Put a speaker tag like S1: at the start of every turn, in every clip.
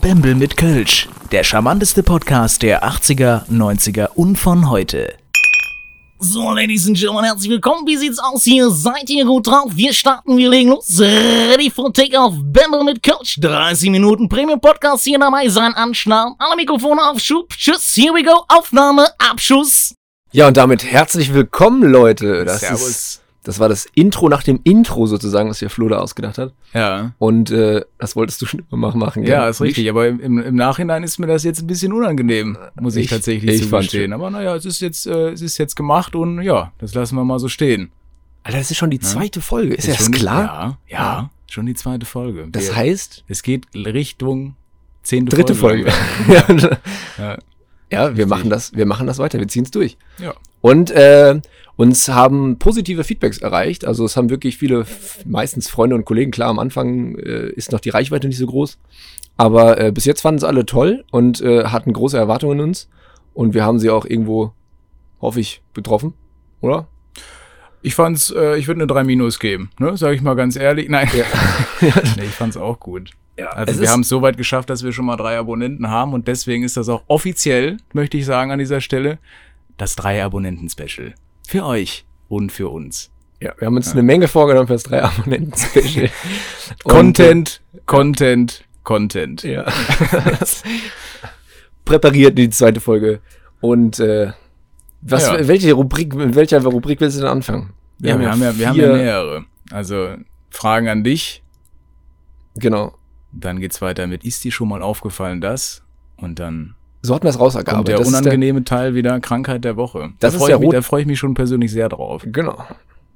S1: Bembel mit Kölsch, der charmanteste Podcast der 80er, 90er und von heute.
S2: So, Ladies and Gentlemen, herzlich willkommen. Wie sieht's aus hier? Seid ihr gut drauf? Wir starten, wir legen los. Ready for Takeoff. Bamble mit Coach. 30 Minuten Premium-Podcast hier dabei sein. Anschnallen. Alle Mikrofone auf Schub. Tschüss. Here we go. Aufnahme. Abschuss.
S3: Ja, und damit herzlich willkommen, Leute. Das, ist, das war das Intro nach dem Intro sozusagen, was hier Flo da ausgedacht hat.
S4: Ja.
S3: Und äh, das wolltest du schon immer machen. gell?
S4: Ja, ist richtig. Aber im, im, im Nachhinein ist mir das jetzt ein bisschen unangenehm, muss ich,
S3: Ich-
S4: tatsächlich
S3: ich fand's
S4: zugestehen. Aber naja, es ist jetzt, äh, es ist jetzt gemacht und ja, das lassen wir mal so stehen.
S3: Alter, das ist schon die zweite Folge. Ist,
S4: schon
S3: das klar?
S4: Ja, ja, schon die zweite Folge.
S3: Das
S4: Wir-
S3: heißt,
S4: es geht Richtung zehnte
S3: dritte Folge.
S4: Folge.
S3: ja.
S4: Ja.
S3: wir machen das, wir machen das weiter. Wir ziehen es durch.
S4: Ja.
S3: Und äh, uns haben positive Feedbacks erreicht. Also es haben wirklich viele, f- meistens Freunde und Kollegen. Klar, am Anfang äh, ist noch die Reichweite nicht so groß. Aber äh, bis jetzt fanden es alle toll und äh, hatten große Erwartungen in uns. Und wir haben sie auch irgendwo, hoffe ich, getroffen. Oder?
S4: Ich fand's, äh, ich würde eine 3 Minus geben, ne? Sag ich mal ganz ehrlich. Nein. nee, ich fand's auch gut.
S3: Ja,
S4: Also wir haben es so weit geschafft, dass wir schon mal drei Abonnenten haben und deswegen ist das auch offiziell, möchte ich sagen an dieser Stelle, das drei Abonnenten Special für euch und für uns.
S3: ja, wir haben uns eine Menge vorgenommen für das drei abonnenten special Und,
S4: Content, Content, Content.
S3: äh, ja. Präpariert die zweite Folge. Und äh, was,
S4: Ja.
S3: welche Rubrik, mit welcher Rubrik willst du denn anfangen?
S4: Ja, wir haben ja, wir haben
S3: vier-
S4: ja mehrere. Also Fragen an dich,
S3: Genau.
S4: dann geht's weiter mit ist dir schon mal aufgefallen das und dann
S3: So hat man es
S4: kommt
S3: rausgearbeitet.
S4: der
S3: Das ist
S4: unangenehme Teil wieder Krankheit der Woche.
S3: Das ist
S4: da freue
S3: der
S4: ich mich,
S3: rot-
S4: da freue ich mich schon persönlich sehr drauf.
S3: Genau.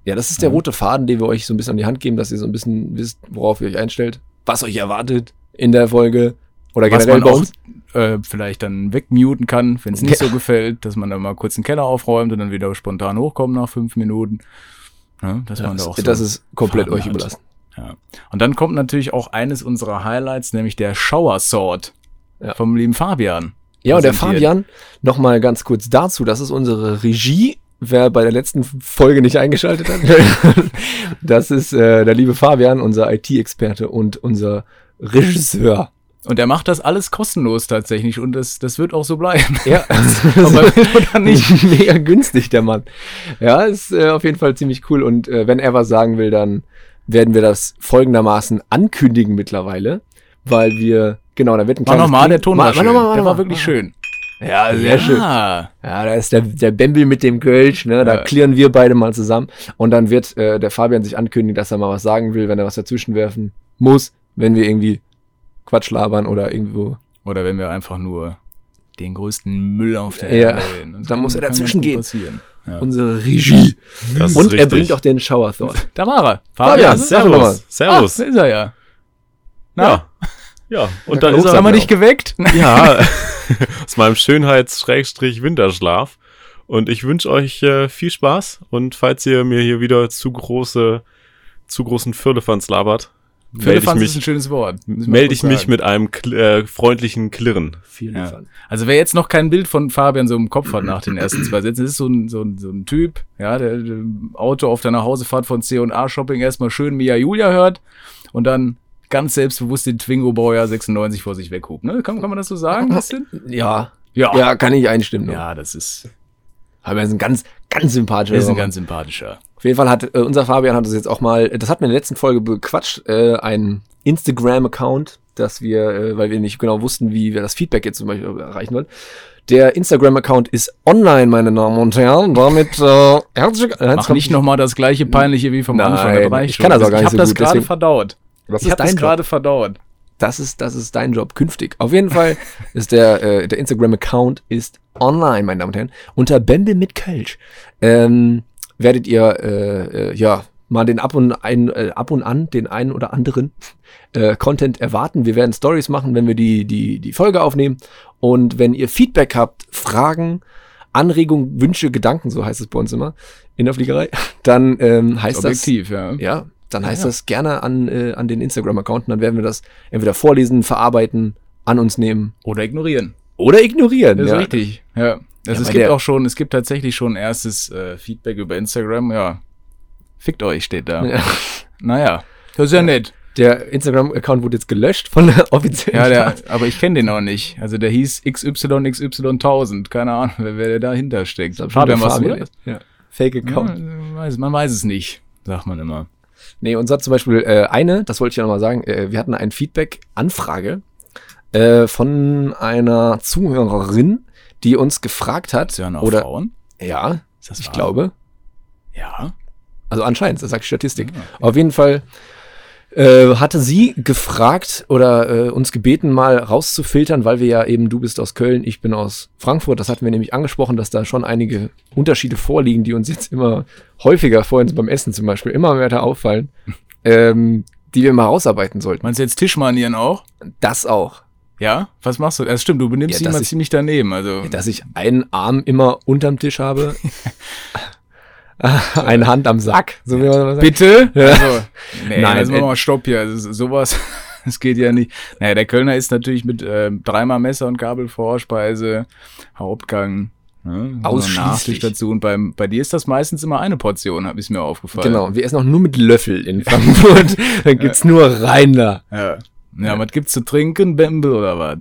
S3: Ja, das ist
S4: Mhm.
S3: der rote Faden, den wir euch so ein bisschen an die Hand geben, dass ihr so ein bisschen wisst, worauf ihr euch einstellt, was euch erwartet in der Folge oder
S4: was
S3: generell
S4: man
S3: bei
S4: auch
S3: uns.
S4: äh, vielleicht dann wegmuten kann, wenn es nicht
S3: Ja.
S4: so gefällt, dass man dann mal kurz den Keller aufräumt und dann wieder spontan hochkommt nach fünf Minuten. Ja, dass man da auch so
S3: das ist komplett
S4: Faden
S3: euch
S4: hat.
S3: überlassen.
S4: Ja. Und dann kommt natürlich auch eines unserer Highlights, nämlich der Shower Sword
S3: Ja.
S4: vom lieben Fabian.
S3: Ja, und der
S4: präsentiert.
S3: Fabian, nochmal ganz kurz dazu, das ist unsere Regie. Wer bei der letzten Folge nicht eingeschaltet hat, das ist äh, der liebe Fabian, unser IT-Experte und unser Regisseur.
S4: Und er macht das alles kostenlos tatsächlich und das, das wird auch so bleiben.
S3: Ja,
S4: Ob er will oder nicht.
S3: mega günstig, der Mann. Ja, ist äh, auf jeden Fall ziemlich cool. Und äh, wenn er was sagen will, dann werden wir das folgendermaßen ankündigen mittlerweile, weil wir, genau, da wird ein
S4: War nochmal, der Ton war,
S3: war,
S4: schön.
S3: Noch mal, war
S4: der
S3: noch
S4: war
S3: mal.
S4: wirklich schön.
S3: Ja, sehr schön.
S4: Ja.
S3: Ja, da ist der, der Bembel mit dem Kölsch, ne? Da
S4: Ja.
S3: klirren wir beide mal zusammen. Und dann wird äh, der Fabian sich ankündigen, dass er mal was sagen will, wenn er was dazwischen werfen muss, wenn wir irgendwie Quatsch labern oder irgendwo.
S4: Oder wenn wir einfach nur den größten Müll auf der
S3: Ja,
S4: Erde sehen. Das
S3: dann muss
S4: kann-
S3: er
S4: kann
S3: dazwischen
S4: ganz
S3: gehen.
S4: gut Passieren. Ja.
S3: Unsere Regie.
S5: Das
S3: Mhm. Und
S5: ist
S3: er
S5: richtig.
S3: bringt auch den Shower Thought.
S4: Da war er.
S3: Fabian,
S5: Servus. Servus.
S4: Ah, da ist er ja. Na,
S5: ja. Ja, und da
S3: kann
S5: ist
S3: hoch
S5: er.
S3: sein,
S4: haben wir
S3: ja.
S4: dich geweckt?
S5: Ja, aus meinem Schönheits-Winterschlaf. Und ich wünsche euch äh, viel Spaß. Und falls ihr mir hier wieder zu große, zu großen Firlefanz labert, melde ich
S4: Philippans ist ein
S5: mich,
S4: schönes Wort. Müssen wir
S5: melde
S4: kurz
S5: ich mich
S4: sagen.
S5: mit einem kl äh, freundlichen Klirren.
S3: Vielen
S4: Ja. Also wer jetzt noch kein Bild von Fabian so im Kopf hat nach den ersten zwei Sätzen, das ist so ein, so ein, so ein Typ, ja, der, der im Auto auf der Nachhausefahrt von C&A Shopping erstmal schön Mia Julia hört und dann ganz selbstbewusst den Twingo Baujahr 96 vor sich weghubt. Ne? Kann, kann man das so sagen? Bisschen?
S3: Ja. Ja, kann ich einstimmen. Ja.
S4: Ja, das ist,
S3: Aber er ist ein ganz, ganz sympathischer.
S4: das ist ein
S3: Mann.
S4: ganz sympathischer.
S3: Auf jeden Fall hat äh, unser Fabian hat uns jetzt auch mal, das hat mir in der letzten Folge bequatscht, äh, einen Instagram-Account, dass wir, äh, weil wir nicht genau wussten, wie wir das Feedback jetzt zum Beispiel erreichen wollen. Der Instagram-Account ist online, meine Damen und Herren. Damit äh, herzlich
S4: Mach nicht nochmal das gleiche peinliche wie vom
S3: Nein,
S4: Anfang. reicht
S3: ich kann das auch gar nicht
S4: Ich
S3: so
S4: habe das
S3: gut,
S4: gerade
S3: deswegen-
S4: verdaut.
S3: Das
S4: ich
S3: ist
S4: habe das
S3: dein Job.
S4: gerade verdaut.
S3: Das ist, das ist dein Job künftig. Auf jeden Fall ist der, äh, der Instagram-Account ist online, meine Damen und Herren. Unter Bembel mit Kölsch ähm, werdet ihr, äh, äh, ja, mal den ab und, ein, äh, ab und an, den einen oder anderen äh, Content erwarten. Wir werden Stories machen, wenn wir die, die, die Folge aufnehmen. Und wenn ihr Feedback habt, Fragen, Anregungen, Wünsche, Gedanken, so heißt es bei uns immer in der Fliegerei, dann ähm, heißt das...
S4: Objektiv, ja.
S3: Ja, dann heißt das gerne an, äh, an den Instagram-Account. und Dann werden wir das entweder vorlesen, verarbeiten, an uns nehmen
S4: Oder ignorieren.
S3: oder ignorieren.
S4: Das ist
S3: ja.
S4: richtig. Ja. Also
S3: Ja,
S4: es
S3: bei
S4: gibt
S3: der-
S4: auch schon, es gibt tatsächlich schon erstes äh, Feedback über Instagram, ja. Fickt euch, steht da.
S3: Ja.
S4: Naja. Das ist ja, nett.
S3: Der Instagram-Account wurde jetzt gelöscht von der offiziellen
S4: Ja, der,
S3: Staat.
S4: aber ich kenne den auch nicht. Also der hieß XYXY1000. Keine Ahnung, wer, wer der dahinter steckt.
S3: Schade,
S4: Julian, was du
S3: Fabian.
S4: willst. Ja. Ja,
S3: Fake-Account.
S4: man weiß- man weiß es nicht, sagt man immer.
S3: Nee, uns hat zum Beispiel äh, eine, das wollte ich ja nochmal sagen, äh, wir hatten ein Feedback-Anfrage äh, von einer Zuhörerin, die uns gefragt hat,
S4: Das hören auch
S3: oder
S4: Frauen.
S3: ja,
S4: Ist das
S3: ich
S4: wahr?
S3: glaube,
S4: Ja.
S3: Also anscheinend, das sagt die Statistik. Auf jeden Fall äh, hatte sie gefragt oder äh, uns gebeten, mal rauszufiltern, weil wir ja eben, du bist aus Köln, ich bin aus Frankfurt. Das hatten wir nämlich angesprochen, dass da schon einige Unterschiede vorliegen, die uns jetzt immer häufiger, vor uns beim Essen zum Beispiel, immer mehr da auffallen, ähm, die wir mal rausarbeiten sollten.
S4: Meinst du jetzt Tischmanieren auch?
S3: Das auch.
S4: Ja? Was machst du? Das stimmt, du benimmst
S3: Ja,
S4: dich
S3: dass
S4: immer
S3: ich-
S4: ziemlich daneben. Also,
S3: Dass ich einen Arm immer unterm Tisch habe, eine Hand am Sack, so wie man immer sagt.
S4: bitte? Also, nee,
S3: Nein,
S4: Nein, also machen
S3: äh,
S4: wir mal Stopp hier. Also, so- sowas, das geht ja nicht. Naja, der Kölner ist natürlich mit ähm, dreimal Messer und Gabel Vorspeise, Hauptgang. Ne? so
S3: Ausschließlich.
S4: Nachtisch dazu. Und beim, bei dir ist das meistens immer eine Portion, habe ich mir aufgefallen.
S3: Genau, wir essen auch nur mit Löffel in Frankfurt. Dann gibt's nur rein da.
S4: Ja. Ja, was gibt's zu trinken? Bembel oder was?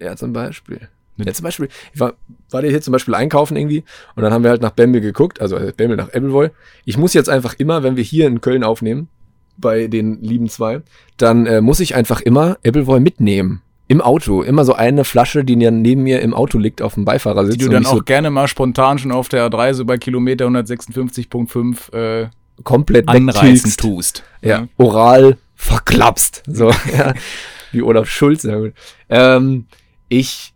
S3: Ja, zum Beispiel. Ja, zum Beispiel, ich war, war der hier zum Beispiel einkaufen irgendwie und dann haben wir halt nach Bembel geguckt, also äh, Bembel nach Ebbelwoll. Ich muss jetzt einfach immer, wenn wir hier in Köln aufnehmen, bei den lieben zwei, dann äh, muss ich einfach immer Ebbelwoll mitnehmen. Im Auto. Immer so eine Flasche, die dann neben mir im Auto liegt, auf dem Beifahrersitz.
S4: Die du
S3: und
S4: dann
S3: ich
S4: auch
S3: so
S4: gerne mal spontan schon auf der A3 so bei Kilometer 156.5 äh,
S3: komplett
S4: anreißen
S3: wegtilgst.
S4: tust.
S3: Ja, oral verklapst. So, ja. Wie Olaf Schulz, ja gut. Ähm, ich,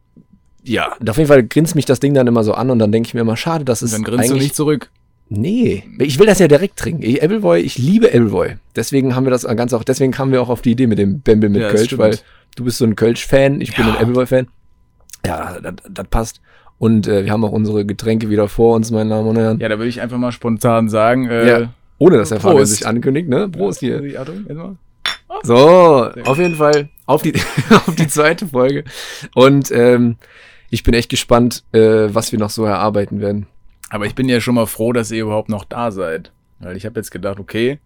S3: ja, auf jeden Fall grinst mich das Ding dann immer so an und dann denke ich mir immer, schade, das ist
S4: Dann grinst du
S3: eigentlich-
S4: nicht zurück.
S3: Nee, ich will das ja direkt trinken. Ich, Appleboy, ich liebe Appleboy. Deswegen haben wir das ganz auch, deswegen kamen wir auch auf die Idee mit dem Bembel mit
S4: Ja, das
S3: Kölsch,
S4: stimmt.
S3: weil du bist so ein Kölsch-Fan, ich bin
S4: Ja.
S3: ein Appleboy-Fan. Ja, das, das passt. Und äh, wir haben auch unsere Getränke wieder vor uns, meine Damen und Herren.
S4: Ja, da würde ich einfach mal spontan sagen. Äh,
S3: Ja. Ohne dass der Fabian
S4: Prost.
S3: sich ankündigt, ne? Prost hier.
S4: Achtung, erstmal.
S3: So, auf jeden Fall auf die, auf die zweite Folge. Und ähm, ich bin echt gespannt, äh, was wir noch so erarbeiten werden.
S4: Aber ich bin ja schon mal froh, dass ihr überhaupt noch da seid. Weil ich habe jetzt gedacht, okay.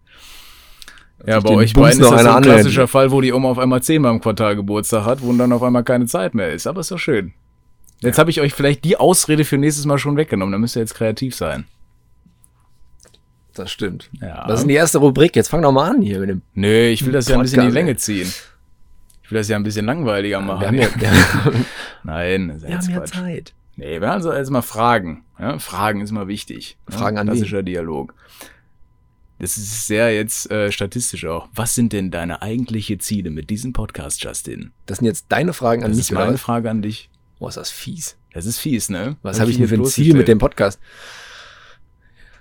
S4: Ja,
S3: ich
S4: bei
S3: den
S4: euch
S3: Bums
S4: beiden
S3: noch
S4: ist das so
S3: einer
S4: ein
S3: anhängen.
S4: klassischer Fall, wo die Oma auf einmal zehnmal im Quartal Geburtstag hat, wo dann auf einmal keine Zeit mehr ist. Aber ist doch schön. Jetzt habe ich euch vielleicht die Ausrede für nächstes Mal schon weggenommen. Da müsst ihr jetzt kreativ sein.
S3: Das stimmt.
S4: Ja.
S3: Das ist die erste Rubrik. Jetzt fang doch mal an hier mit dem.
S4: Nö, ich will das ja ein bisschen in die
S3: Podcast, ey.
S4: Länge ziehen. Ich will das ja ein bisschen langweiliger machen.
S3: Wir haben ja, wir
S4: Nein, das ist jetzt
S3: haben ja
S4: Quatsch.
S3: Zeit.
S4: Nee, wir haben also erstmal Fragen. Ja, Fragen ist mal wichtig.
S3: Fragen
S4: ja,
S3: an wen?
S4: Klassischer Dialog. Das ist sehr jetzt äh, statistisch auch. Was sind denn deine eigentliche Ziele mit diesem Podcast, Justin?
S3: Das sind jetzt deine Fragen an
S4: Das
S3: mich,
S4: ist meine
S3: oder? was?
S4: Frage an dich.
S3: Boah, ist das fies.
S4: Das ist fies, ne?
S3: Was habe ich mir
S4: hier
S3: für ein Ziel mit dem Podcast?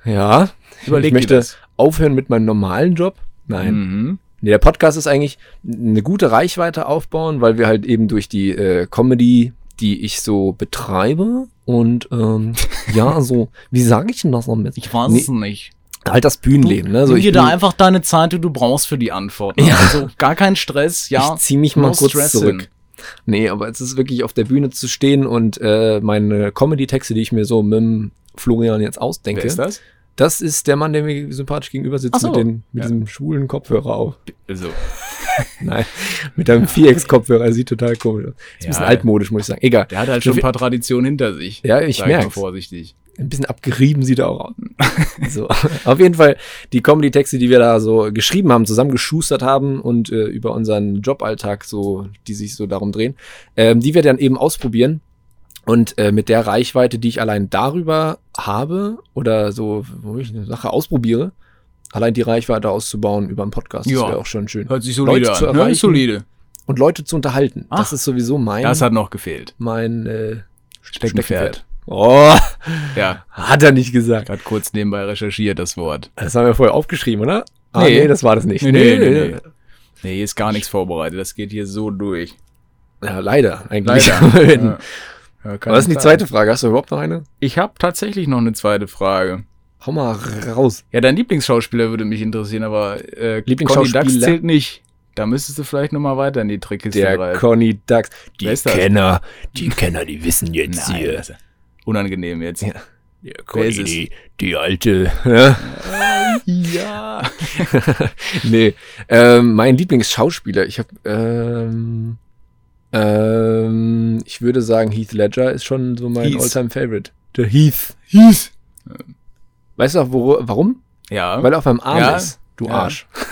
S3: Ja,
S4: Überleg
S3: ich
S4: dir
S3: möchte
S4: das.
S3: aufhören mit meinem normalen Job. Nein.
S4: Mhm.
S3: Nee, der Podcast ist eigentlich eine gute Reichweite aufbauen, weil wir halt eben durch die äh, Comedy, die ich so betreibe und ähm, ja, so, wie sage ich denn das noch mit?
S2: Ich weiß
S3: Nee.
S2: es nicht.
S3: Halt das Bühnenleben, ne? So,
S2: Nimm
S3: ich,
S2: dir da
S3: bin,
S2: einfach deine Zeit, die du brauchst für die Antwort. Ne? Also gar kein Stress, ja.
S3: ich zieh mich mal
S2: no
S3: kurz
S2: stress
S3: zurück.
S2: in.
S3: Nee, aber es ist wirklich auf der Bühne zu stehen und äh, meine Comedy-Texte, die ich mir so mit dem Florian jetzt ausdenke,
S4: Wer ist das?
S3: das ist der Mann, der mir sympathisch gegenüber sitzt
S2: Ach so.
S3: mit, den, mit
S4: Ja.
S3: diesem schwulen Kopfhörer auf.
S4: Also,
S3: Nein, mit einem Vierex-Kopfhörer, sieht total komisch aus. Ist ein bisschen
S4: Ja.
S3: altmodisch, muss ich sagen. Egal.
S4: der hat halt schon ein paar Traditionen hinter sich.
S3: Ja, ich
S4: sag mal
S3: merk's.
S4: vorsichtig.
S3: ein bisschen abgerieben sieht er auch aus. so. Auf jeden Fall, die Comedy-Texte, die wir da so geschrieben haben, zusammengeschustert haben und äh, über unseren Joballtag so, die sich so darum drehen, ähm, die wir dann eben ausprobieren. Und äh, mit der Reichweite, die ich allein darüber habe oder so, wo ich eine Sache ausprobiere, allein die Reichweite auszubauen über einen Podcast,
S4: Ja.
S3: das wäre auch schon schön.
S4: Hört sich
S3: Leute
S4: solide
S3: zu
S4: an. Ne?
S3: erreichen.
S4: Ist solide.
S3: Und Leute zu unterhalten, das ist sowieso mein,
S4: Das hat noch gefehlt.
S3: mein äh,
S4: Steckenpferd.
S3: Oh,
S4: Ja,
S3: hat er nicht gesagt.
S4: hat kurz nebenbei recherchiert, das Wort.
S3: Das haben wir vorher aufgeschrieben, oder? Ah,
S4: Nee.
S3: das war das nicht.
S4: Nee, nee, nee, nee. Nee, hier ist gar nichts vorbereitet. Das geht hier so durch.
S3: Ja, leider, eigentlich.
S4: Leider.
S3: Aber
S4: ja. Ja, kann
S3: Was ist denn die
S4: sein.
S3: zweite Frage? Hast du überhaupt noch eine?
S4: Ich habe tatsächlich noch eine zweite Frage.
S3: Hau mal raus.
S4: Ja, dein Lieblingsschauspieler würde mich interessieren, aber äh, Conny
S3: Lieblingsschauspieler?
S4: Dax zählt nicht. Da müsstest du vielleicht nochmal weiter in die Trickkiste
S3: Der
S4: rein.
S3: Conny Dax. Die
S4: Wer ist das?
S3: Kenner, die Kenner, die wissen jetzt
S4: Nein, das ist unangenehm jetzt.
S3: Ja. Wer ist es? Die alte. Ja. nee, ähm, mein Lieblingsschauspieler. Ich habe, ähm, ähm, ich würde sagen, Heath Ledger ist schon so mein
S5: Heath.
S3: Alltime Favorite. Der Heath. Heath. Weißt du auch, wo, warum?
S4: Ja.
S3: Weil er auf meinem Arm
S4: Ja.
S3: ist. Du
S4: Ja.
S3: Arsch.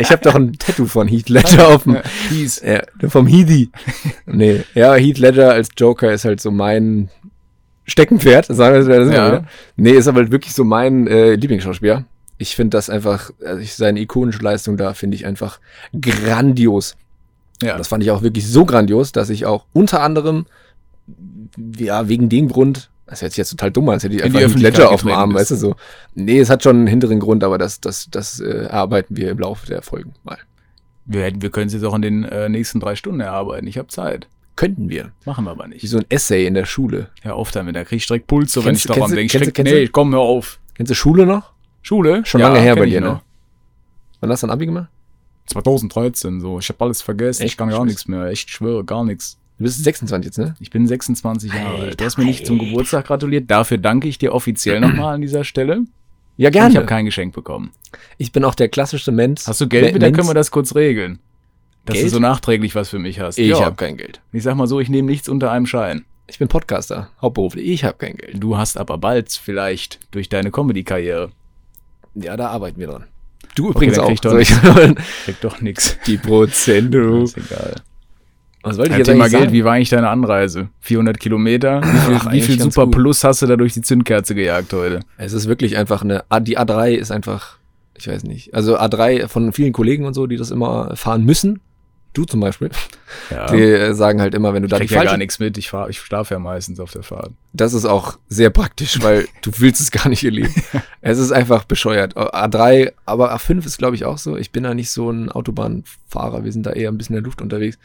S3: ich habe doch ein Tattoo von Heath Ledger auf dem.
S4: Hieß.
S3: Ja, vom Heathy. nee, ja, Heath Ledger als Joker ist halt so mein Steckenpferd, sagen wir das
S4: Ja.
S3: ja. wieder. Nee, ist aber halt wirklich so mein äh, Lieblingsschauspieler. Ich finde das einfach, also ich, seine ikonische Leistung da finde ich einfach grandios.
S4: Ja.
S3: Das fand ich auch wirklich so grandios, dass ich auch unter anderem, ja, wegen dem Grund, das hört sich jetzt total dumm an, als hätte ich
S4: In die
S3: einfach Heath
S4: Öffentlichkeit
S3: Ledger auf dem
S4: getreten
S3: Arm,
S4: bist.
S3: weißt du so. Nee, es hat schon einen hinteren Grund, aber das, das, das äh, arbeiten wir im Laufe der Folgen mal.
S4: Wir, hätten- wir können es jetzt auch in den äh, nächsten drei Stunden erarbeiten. Ich habe Zeit.
S3: Könnten wir.
S4: Machen wir aber nicht.
S3: Wie so ein Essay in der Schule.
S4: Hör auf damit, da krieg ich direkt Puls, so wenn ich
S3: Kennst-
S4: daran
S3: kennst du-
S4: denke. Ich
S3: kennst du-
S4: krieg-
S3: kennst
S4: Nee,
S3: du-
S4: komm, hör auf.
S3: Kennst du Schule noch?
S4: Schule?
S3: Schon lange her
S4: kenn
S3: bei
S4: ich
S3: dir, ne?
S4: noch.
S3: Wann hast du ein Abi gemacht?
S4: 2013, so. Ich habe alles vergessen.
S3: Echt?
S4: Ich kann gar
S3: Scheiße.
S4: nichts mehr. Echt, schwöre, gar nichts.
S3: Du bist 26 jetzt, ne?
S4: Ich bin 26 Jahre alt. Du hast mir nicht zum Geburtstag gratuliert. Dafür danke ich dir offiziell nochmal an dieser Stelle.
S3: Ja,
S4: Und
S3: gerne.
S4: Ich
S3: Ich,
S4: habe kein Geschenk bekommen.
S3: bin auch der klassische Mensch.
S4: Hast du Geld
S3: Me-
S4: mit? Dann
S3: Mensch-
S4: können wir das kurz regeln. Dass du
S3: Geld?
S4: so nachträglich was für mich hast.
S3: Ich
S4: Ja.
S3: habe kein Geld.
S4: ich sag mal so, ich nehme nichts unter einem Schein.
S3: Ich bin Podcaster, hauptberuflich. Ich habe kein Geld.
S4: Du hast aber bald vielleicht durch deine Comedy-Karriere.
S3: Ja, da arbeiten wir dran. Du übrigens
S4: dann
S3: auch.
S4: krieg ich doch
S3: Soll ich-
S4: Krieg doch nix.
S3: die Prozente. du.
S4: Ist egal.
S3: Was wollte
S4: Ja,
S3: ich jetzt
S4: Thema
S3: eigentlich
S4: Geld,
S3: sagen?
S4: wie war eigentlich deine Anreise? 400 Kilometer? Wie viel,
S3: Ach,
S4: wie viel
S3: eigentlich ganz
S4: Super
S3: gut.
S4: Plus hast du da durch die Zündkerze gejagt heute?
S3: Es ist wirklich einfach eine, A- die A3 ist einfach, ich weiß nicht. Also A3 von vielen Kollegen und so, die das immer fahren müssen. Du zum Beispiel.
S4: Ja.
S3: Die äh, sagen halt immer, wenn du da
S4: ich
S3: die
S4: krieg ja
S3: falsche
S4: gar nichts mit. Ich, fahr, ich schlafe ja meistens auf der Fahrt.
S3: das ist auch sehr praktisch, weil du willst es gar nicht erleben. Es ist einfach bescheuert. A3, aber A5 ist, glaube ich, auch so. Ich bin da nicht so ein Autobahnfahrer. Wir sind da eher ein bisschen in der Luft unterwegs.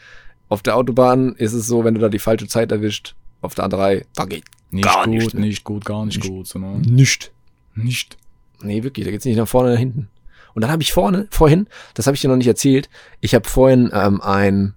S3: Auf der Autobahn ist es so, wenn du da die falsche Zeit erwischt, auf der A3, da geht
S4: Nicht
S3: Gar
S4: gut,
S3: nicht, Mhm.
S4: nicht,
S3: ne?
S4: gut, gar nicht, gut. Sondern
S3: nichts.
S4: nicht.
S3: Nee, wirklich, da geht's nicht nach vorne, nach hinten. Und dann habe ich vorne, vorhin, das habe ich dir noch nicht erzählt, ich habe vorhin ähm, ein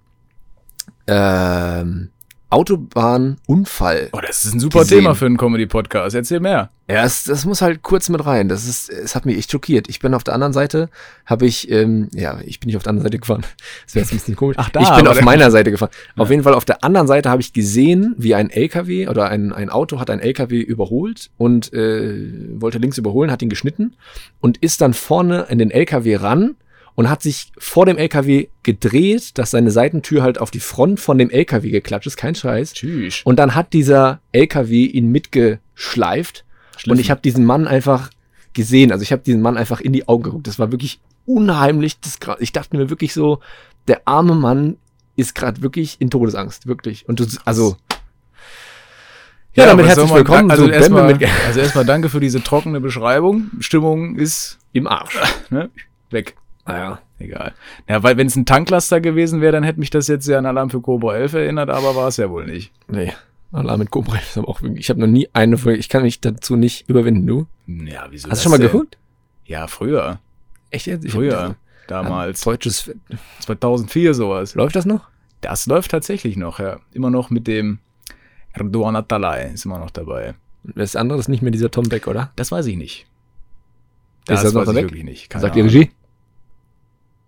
S3: ähm, Autobahnunfall
S4: Oh, das ist ein super
S3: Gesehen.
S4: Thema für einen Comedy-Podcast. Erzähl mehr.
S3: Ja, es, das muss halt kurz mit rein. Das ist, es hat mich echt schockiert. Ich bin auf der anderen Seite, habe ich, ähm, ja, ich bin nicht auf der anderen Seite gefahren. Das wäre jetzt ein bisschen komisch.
S4: Ach, da,
S3: ich bin
S4: aber
S3: auf
S4: da-
S3: meiner Seite gefahren. Auf jeden Fall auf der anderen Seite habe ich gesehen, wie ein LKW oder ein, ein Auto hat ein LKW überholt und äh, wollte links überholen, hat ihn geschnitten und ist dann vorne in den LKW ran und hat sich vor dem LKW gedreht, dass seine Seitentür halt auf die Front von dem LKW geklatscht ist. Kein Scheiß.
S4: Tschüss.
S3: Und dann hat dieser LKW ihn mitgeschleift. Und ich habe diesen Mann einfach gesehen. Also ich habe diesen Mann einfach in die Augen geguckt. Das war wirklich unheimlich. Das, gra- ich dachte mir wirklich so, der arme Mann ist gerade wirklich in Todesangst. Wirklich. Und du, also. Ja, damit
S4: aber
S3: herzlich
S4: soll man-
S3: willkommen
S4: Also
S3: zu Bämme
S4: erstmal
S3: mit Ge-
S4: also erstmal danke für diese trockene Beschreibung. Stimmung ist
S3: im Arsch. Ah
S4: ne, weg.
S3: Naja.
S4: Egal. Ja, weil wenn es ein Tanklaster gewesen wäre, dann hätte mich das jetzt ja an Alarm für Cobra 11 erinnert, aber war es ja wohl nicht.
S3: Nee. Alarm mit Cobra. ist aber auch wirklich- Ich habe noch nie eine Folge. Ich kann mich dazu nicht überwinden. Du?
S4: Ja, wieso
S3: Hast
S4: das
S3: du schon mal
S4: denn?
S3: geguckt?
S4: Ja, früher.
S3: Echt jetzt? Ich hab
S4: Früher.
S3: das-
S4: Damals.
S3: Deutsches.
S4: 2004 sowas.
S3: Läuft das noch?
S4: Das läuft tatsächlich noch, ja. Immer noch mit dem Erdogan Atalay ist immer noch dabei.
S3: Das andere ist nicht mehr dieser Tom Beck, oder?
S4: Das weiß ich nicht.
S3: Ist das noch
S4: weiß ich
S3: weg?
S4: wirklich nicht. Keine
S3: Sagt die
S4: Ahnung.
S3: Regie?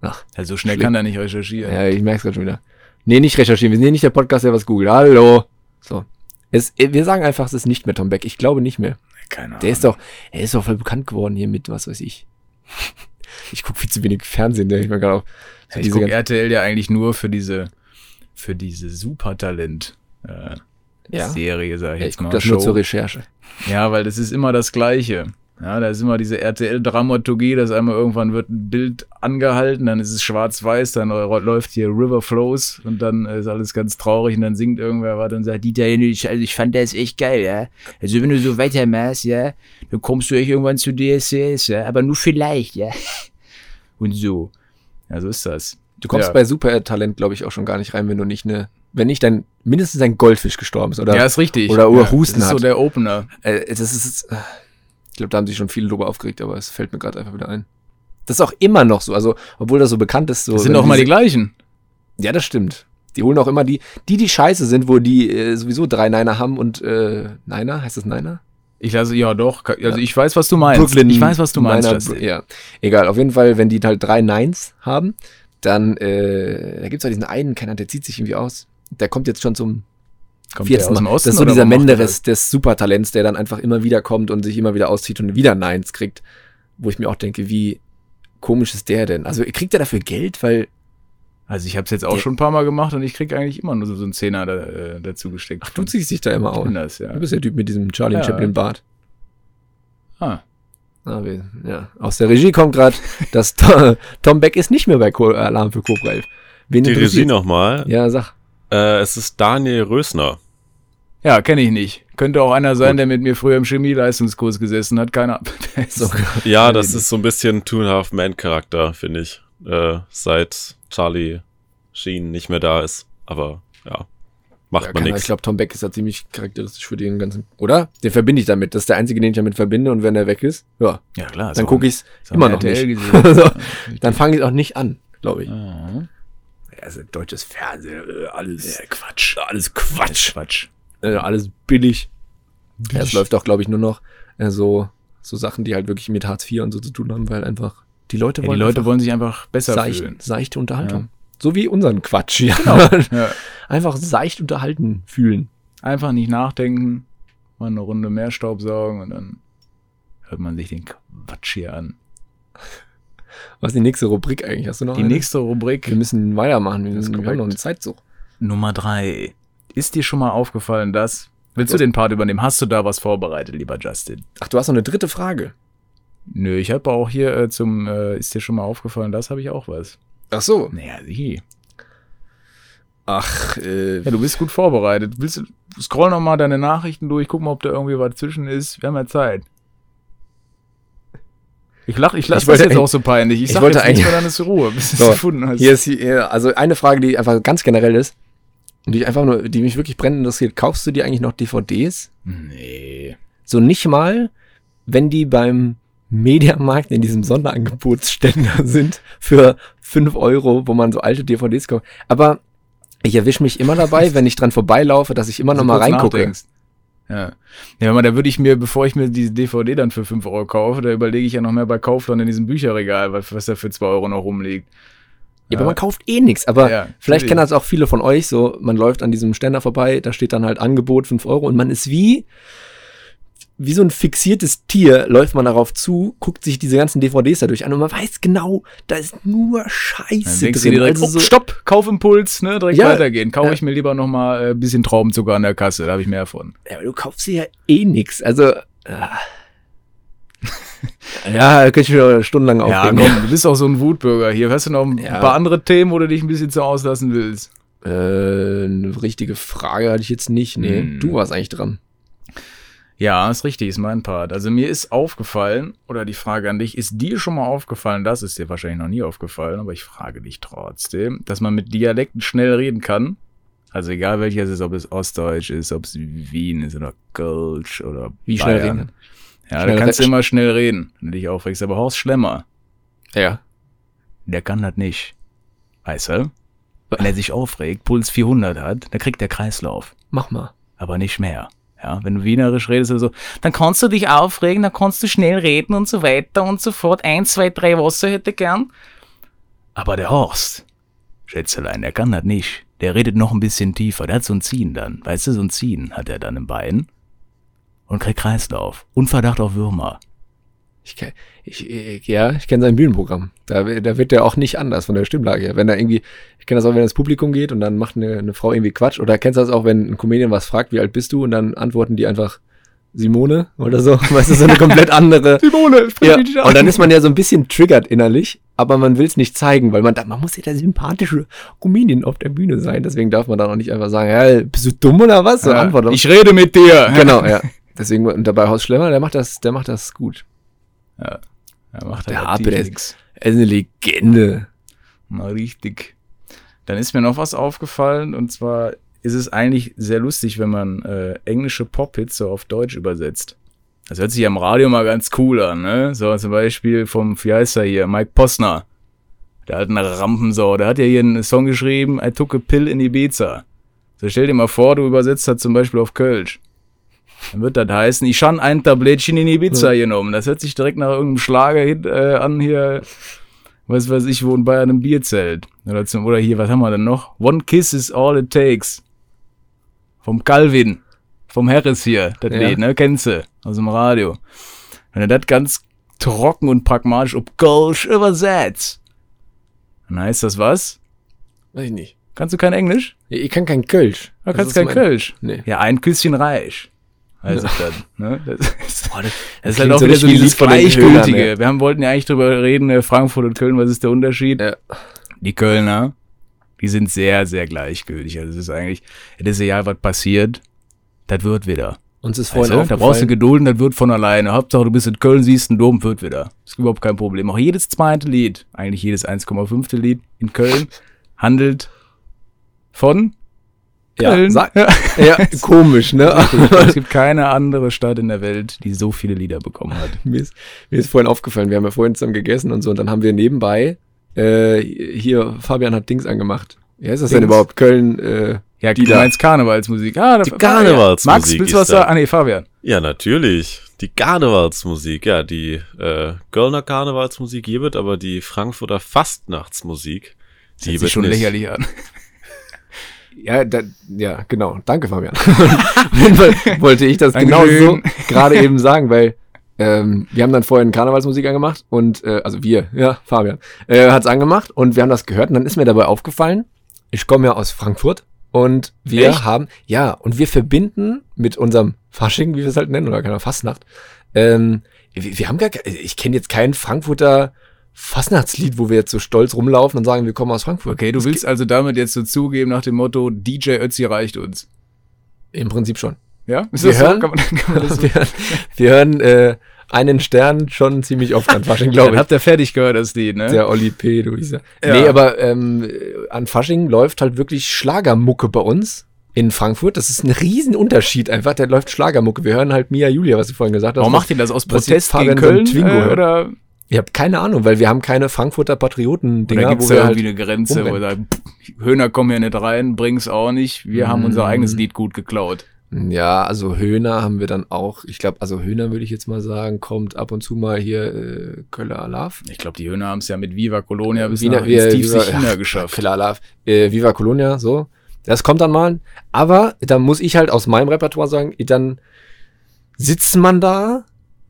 S3: Ach,
S4: Also so schnell
S3: Schlimm.
S4: kann er nicht recherchieren.
S3: ja, ich merk's grad schon wieder. Nee, nicht recherchieren. Wir sind hier nicht der Podcast, der was googelt. Hallo. So. Es, wir sagen einfach, es ist nicht mehr Tom Beck. Ich glaube nicht mehr.
S4: Keine Ahnung.
S3: Der ist doch, er ist doch voll bekannt geworden hier mit, was weiß ich. Ich guck viel zu wenig Fernsehen, der ich mir gerade auf. So
S4: Ja, Also ich
S3: diese
S4: gucke
S3: ganzen-
S4: RTL ja eigentlich nur für diese, für diese Supertalent. Äh,
S3: ja.
S4: Serie, sag
S3: Ja,
S4: ich
S3: ich
S4: jetzt
S3: guck
S4: mal.
S3: das nur zur Recherche.
S4: ja, weil das ist immer das Gleiche. Ja, da ist immer diese RTL-Dramaturgie, dass einmal irgendwann wird ein Bild angehalten, dann ist es schwarz-weiß, dann ro- läuft hier River Flows und dann ist alles ganz traurig und dann singt irgendwer was und sagt, Dieter, ich- also ich fand das echt geil, ja. Also wenn du so weitermachst, ja, dann kommst du echt irgendwann zu DSCS, ja, aber nur vielleicht, ja. Und so. Ja, so ist das.
S3: Du kommst
S4: Ja.
S3: bei Super Talent, glaube ich, auch schon gar nicht rein, wenn du nicht eine, wenn nicht dein, mindestens ein Goldfisch gestorben ist, oder?
S4: ja, ist richtig.
S3: oder
S4: ja,
S3: Husten
S4: Das ist so
S3: hat.
S4: der Opener.
S3: Äh, das ist, äh, ich glaube, da haben sich schon viele drüber aufgeregt, aber es fällt mir gerade einfach wieder ein. Das ist auch immer noch so, also obwohl das so bekannt ist. So,
S4: Das sind
S3: wenn
S4: doch mal die
S3: diese-
S4: gleichen.
S3: Ja, das stimmt. Die holen auch immer die, die die scheiße sind, wo die äh, sowieso drei Niner haben und äh, Niner heißt das Niner?
S4: Ich lasse, ja doch, ka- also ich weiß, was du meinst.
S3: Brooklyn.
S4: ich weiß, was du meinst.
S3: Niner-
S4: Das,
S3: Bru- ja, egal. Auf jeden Fall, wenn die halt drei Nines haben, dann äh, da gibt's auch diesen einen, keine Ahnung, der zieht sich irgendwie aus. Der kommt jetzt schon zum
S4: kommt der
S3: vierten
S4: aus dem
S3: Mal.
S4: Osten
S3: das ist so
S4: oder
S3: dieser
S4: wo macht er
S3: Menderes des Supertalents, der dann einfach immer wieder kommt und sich immer wieder auszieht und wieder Nines kriegt. Wo ich mir auch denke, wie komisch ist der denn? Also kriegt er dafür Geld, weil
S4: das? Also ich habe es jetzt auch schon ein paar Mal gemacht und ich kriege eigentlich immer nur so, so einen Zehner da, äh, dazu gesteckt.
S3: du ziehst dich da immer
S4: Ich
S3: auf.
S4: bin das, ja.
S3: Du bist der Typ mit diesem Charlie
S4: Genau. Ja.
S3: Chaplin Bart.
S4: Ah,
S3: Ah, wir, ja. Aus der Regie kommt gerade, dass Tom, Tom Beck ist nicht mehr bei Co Alarm für Cobra 11. Wen
S5: Die
S3: interessiert's?
S5: Regie nochmal.
S3: Ja, sag.
S5: Äh, es ist Daniel Rösner.
S4: ja, kenne ich nicht. Könnte auch einer sein, der mit mir früher im Chemieleistungskurs gesessen hat. Keine Ahnung. Der ist
S3: So.
S5: Ja, das ist so ein bisschen Two and a Half Man Charakter, finde ich. Äh, seit Charlie Sheen nicht mehr da ist. Aber
S3: Ja,
S5: ja, macht man
S3: keine Ahnung,
S5: nichts.
S3: Ich glaube, Tom Beck ist da ziemlich charakteristisch für den ganzen. Oder? Den verbinde ich damit. Das ist der einzige, den ich damit verbinde. Und wenn er weg ist, ja,
S4: Ja, klar.
S3: dann gucke ich's immer noch nicht.
S4: Gesehen.
S3: so, dann fange ich auch nicht an, glaube ich.
S4: Ah,
S3: Also deutsches Fernsehen, äh, alles,
S4: Quatsch.
S3: alles Quatsch,
S4: Quatsch.
S3: äh, alles billig. Ja, es läuft auch, glaube ich, nur noch äh, so so Sachen, die halt wirklich mit Hartz IV und so zu tun haben, weil einfach die Leute
S4: Ja, die
S3: wollen
S4: Leute
S3: einfach
S4: wollen sich einfach besser
S3: seicht,
S4: fühlen. Genau.
S3: seichte Unterhaltung. So wie unseren Quatsch hier.
S4: Ja.
S3: einfach seicht unterhalten fühlen.
S4: Einfach nicht nachdenken, mal eine Runde mehr Staub saugen und dann hört man sich den Quatsch hier an.
S3: Was ist die nächste Rubrik eigentlich? Hast du noch
S4: Die
S3: eine?
S4: nächste Rubrik,
S3: Wir müssen weitermachen. Wir, müssen, wir haben
S4: korrekt.
S3: noch eine Zeitsucht.
S4: Nummer drei. Ist dir schon mal aufgefallen, dass. Willst du den Part übernehmen? Hast du da was vorbereitet, lieber Justin?
S3: Ach, du hast noch eine dritte Frage.
S4: Nö, ich habe auch hier äh, zum. Äh, ist dir schon mal aufgefallen, das habe ich auch was. Oh,
S3: Ach so.
S4: Naja, sie.
S3: Ach, äh,
S4: Ja, du bist gut vorbereitet. Willst du. Scroll nochmal deine Nachrichten durch, guck mal, ob da irgendwie was zwischen ist. Wir haben ja Zeit. Ich lach, ich lass
S3: Ich
S4: das
S3: wollte
S4: jetzt
S3: eigentlich-
S4: auch so peinlich. Ich,
S3: ich
S4: sag
S3: wollte
S4: jetzt nichts
S3: eigentlich-
S4: mehr, dann ist Ruhe, bis du
S3: So,
S4: es gefunden hast.
S3: hier ist hier, also eine Frage, die einfach ganz generell ist und die ich einfach nur, die mich wirklich brennend interessiert. Kaufst du dir eigentlich noch DVDs?
S4: Nee.
S3: So nicht mal, wenn die beim Mediamarkt in diesem Sonderangebotsständer sind für 5 Euro, wo man so alte DVDs kauft. Aber ich erwische mich immer dabei, wenn ich dran vorbeilaufe, dass ich immer noch mal
S4: Also kurz
S3: reingucke.
S4: nachdenkst. Ja. Ja, aber da würde ich mir, bevor ich mir diese DVD dann für 5 Euro kaufe, da überlege ich ja noch mehr bei Kaufland in diesem Bücherregal, was, was da für 2 Euro noch rumliegt.
S3: Ja, aber man kauft eh nichts. Aber
S4: Ja,
S3: vielleicht
S4: natürlich.
S3: kennen das auch viele von euch so. Man läuft an diesem Ständer vorbei, da steht dann halt Angebot 5 Euro und man ist wie, wie so ein fixiertes Tier, läuft man darauf zu, guckt sich diese ganzen DVDs dadurch an und man weiß genau, da ist nur
S4: Dann
S3: Scheiße
S4: denkst du
S3: drin.
S4: dir direkt,
S3: also
S4: oh,
S3: so,
S4: stopp, Kaufimpuls, ne, direkt
S3: Ja,
S4: weitergehen. Kaufe
S3: ja.
S4: ich mir lieber nochmal ein äh, bisschen Traubenzucker an der Kasse, da habe ich mehr von.
S3: ja, aber du kaufst dir ja eh nichts. Also, ah. ja, da könnte ich mich auch stundenlang
S4: Ja,
S3: aufregen.
S4: komm, du bist auch so ein Wutbürger hier. Hast du noch ein
S3: genau. Ja.
S4: paar andere Themen, wo du dich ein bisschen zu auslassen willst?
S3: Äh, eine richtige Frage hatte ich jetzt nicht. Nee,
S4: Hm.
S3: du warst eigentlich dran.
S4: Ja, ist richtig, ist mein Part. Also mir ist aufgefallen, oder die Frage an dich, ist dir schon mal aufgefallen, das ist dir wahrscheinlich noch nie aufgefallen, aber ich frage dich trotzdem, dass man mit Dialekten schnell reden kann. Also egal welcher es ist, ob es Ostdeutsch ist, ob es Wien ist oder Kölsch oder
S3: Wie schnell
S4: Bayern.
S3: reden?
S4: Ja,
S3: Schnell
S4: da kannst du
S3: re-
S4: immer schnell reden, wenn du dich aufregst. Aber Horst Schlemmer,
S3: Ja.
S4: der kann das nicht. Weißt du? Wenn er sich aufregt, Puls 400 hat, dann kriegt der Kreislauf
S3: Mach mal.
S4: aber nicht mehr. Ja, wenn du wienerisch redest oder so, dann kannst du dich aufregen, dann kannst du schnell reden und so weiter und so fort. Eins, zwei, drei Wasser hätte gern. Aber der Horst, Schätzelein, der kann das nicht. Der redet noch ein bisschen tiefer. Der hat so ein Ziehen dann. Weißt du, so ein Ziehen hat er dann im Bein. Und kriegt Kreislauf. Und Verdacht auf Würmer.
S3: Ich, kenn- ich, ich, ja, ich kenne sein Bühnenprogramm. Da, da wird der auch nicht anders von der Stimmlage her. Wenn er irgendwie, ich kenne das auch, wenn er ins Publikum geht und dann macht eine, eine Frau irgendwie Quatsch. Oder kennst du das auch, wenn ein Comedian was fragt, wie alt bist du? Und dann antworten die einfach Simone oder so. Weißt du, so eine komplett andere.
S4: Simone, sprich
S3: Ja, und dann ist man ja so ein bisschen triggert innerlich, aber man will es nicht zeigen, weil man da, man muss ja der sympathische Comedian auf der Bühne sein. Deswegen darf man dann auch nicht einfach sagen, ja, bist du dumm oder was? So Antwort.
S4: Ich rede mit dir.
S3: genau, ja. Deswegen, und dabei Haus Schlemmer, der macht das, der macht das gut.
S4: Er macht
S3: Der
S4: halt
S3: Harpe,
S4: aktiv
S3: der ist-
S4: nix.
S3: Er ist eine Legende.
S4: Na, richtig. Dann ist mir noch was aufgefallen und zwar ist es eigentlich sehr lustig, wenn man äh, englische Pop-Hits so auf Deutsch übersetzt. Das hört sich am Radio mal ganz cool an, ne? So zum Beispiel vom, wie heißt er hier, Mike Posner. Der hat eine Rampensau. Der hat ja hier einen Song geschrieben, I took a pill in Ibiza. So stell dir mal vor, du übersetzt das zum Beispiel auf Kölsch. Dann wird das heißen, ich habe ein Tablettchen in Ibiza genommen. Das hört sich direkt nach irgendeinem Schlager hin, äh, an hier, was weiß ich, wo in Bayern im Bierzelt. Oder, zum, oder hier, was haben wir denn noch? One Kiss is all it takes. Vom Calvin. Vom Harris hier, das
S3: Ja.
S4: Lied, ne? Kennst du? Aus dem Radio. Wenn du das ganz trocken und pragmatisch ob Golsch übersetzt, dann heißt das was?
S3: Weiß ich nicht.
S4: Kannst du kein Englisch?
S3: Ich kann kein Kölsch.
S4: Da
S3: Das
S4: kannst
S3: ist
S4: kein
S3: mein-
S4: Kölsch.
S3: Nee.
S4: Ja, ein Küsschen reich. Also dann, ne? Das ist, das ist halt
S3: klingt
S4: auch
S3: so
S4: wieder
S3: richtig
S4: so
S3: wie ein
S4: dieses
S3: Lied von den
S4: Gleichgültige.
S3: Höhlern, ja.
S4: Wir haben, wollten ja eigentlich drüber reden, äh, Frankfurt und Köln, was ist der Unterschied?
S3: Ja.
S4: Die Kölner, die sind sehr, sehr gleichgültig. Also es ist eigentlich, es ist egal, was passiert, das wird wieder.
S3: Uns ist vorhin
S4: Also, da brauchst du
S3: aufgefallen.
S4: Geduld, das wird von alleine. Hauptsache, du bist in Köln, siehst einen Dom, wird wieder. Ist überhaupt kein Problem. Auch jedes zweite Lied, eigentlich jedes 1,5. Lied in Köln, handelt von
S3: ja,
S4: Köln.
S3: sag,
S4: Ja.
S3: ja, komisch, ne?
S4: es gibt keine andere Stadt in der Welt, die so viele Lieder bekommen hat.
S3: mir, ist, mir ist vorhin aufgefallen, wir haben ja vorhin zusammen gegessen und so, und dann haben wir nebenbei, äh, hier, Fabian hat Dings angemacht. Wie heißt das denn
S4: Dings?
S3: überhaupt? Köln, äh,
S4: Ja,
S3: Die
S4: die du
S3: da-
S4: meinst Karnevalsmusik. Ah, da-
S5: Die Karnevalsmusik
S4: Max, willst du
S5: ist
S4: was sagen?
S5: da.
S4: Ah, nee, Fabian.
S5: Ja, natürlich. Die Karnevalsmusik, ja, die äh, Kölner Karnevalsmusik hier wird, aber die Frankfurter Fastnachtsmusik, die
S4: Hört
S5: wird
S4: sich schon
S5: nicht.
S4: lächerlich an.
S3: ja, da, ja, genau. Danke, Fabian. Auf jeden Fall wollte ich das genau so
S4: Dankeschön.
S3: gerade eben sagen, weil ähm, wir haben dann vorhin Karnevalsmusik angemacht und, äh, also wir, ja, Fabian, äh, hat's angemacht und wir haben das gehört und dann ist mir dabei aufgefallen, ich komme ja aus Frankfurt und wir
S4: Echt?
S3: haben, ja, und wir verbinden mit unserem Fasching, wie wir es halt nennen, oder keine Fastnacht, ähm, wir, wir haben gar, ke- ich kenne jetzt kein Frankfurter Fastnachtslied, wo wir jetzt so stolz rumlaufen und sagen, wir kommen aus Frankfurt.
S4: Okay, du
S3: Das
S4: willst also damit jetzt so zugeben nach dem Motto, DJ Ötzi reicht uns.
S3: geht- Im Prinzip schon.
S4: Ja? Ist
S3: Wir
S4: das so?
S3: hören-
S4: Kann man, kann man das so?
S3: wir, hören- wir hören äh, einen Stern schon ziemlich oft an Fasching,
S4: Dann
S3: glaube ich.
S4: habt ihr fertig gehört, das Lied, ne?
S3: Der Olli P., du Isa.
S4: Ja.
S3: Nee, aber ähm, äh, an Fasching läuft halt wirklich Schlagermucke bei uns in Frankfurt. Das ist ein Riesenunterschied einfach. Da läuft Schlagermucke. Wir hören halt Mia Julia, was du vorhin gesagt hast.
S4: Warum macht ihr das? Aus
S3: was die
S4: Protest gegen
S3: Fabian von
S4: Köln?
S3: Twingo
S4: äh,
S3: hört.
S4: oder
S3: Ich habe keine Ahnung, weil wir haben keine Frankfurter Patrioten-Dinger.
S4: oder gibt es
S3: wo wir halt
S4: da irgendwie eine Grenze, wo
S3: rumrennen.
S4: ihr sagt, pff, Höhner kommen ja nicht rein, bring's auch nicht. Wir haben unser
S3: Mm.
S4: eigenes Lied gut geklaut.
S3: Ja, also Höhner haben wir dann auch. Ich glaube, also Höhner würde ich jetzt mal sagen, kommt ab und zu mal hier äh, Köller Alarv.
S4: Ich glaube, die Höhner haben es ja mit Viva Colonia bis
S3: Wiener-
S4: nach
S3: wir-
S4: ins tiefste
S3: Viva-
S4: China
S3: ach,
S4: geschafft.
S3: Klar, Love. Äh, Viva Colonia, so. Das kommt dann mal. Aber da muss ich halt aus meinem Repertoire sagen, dann sitzt man da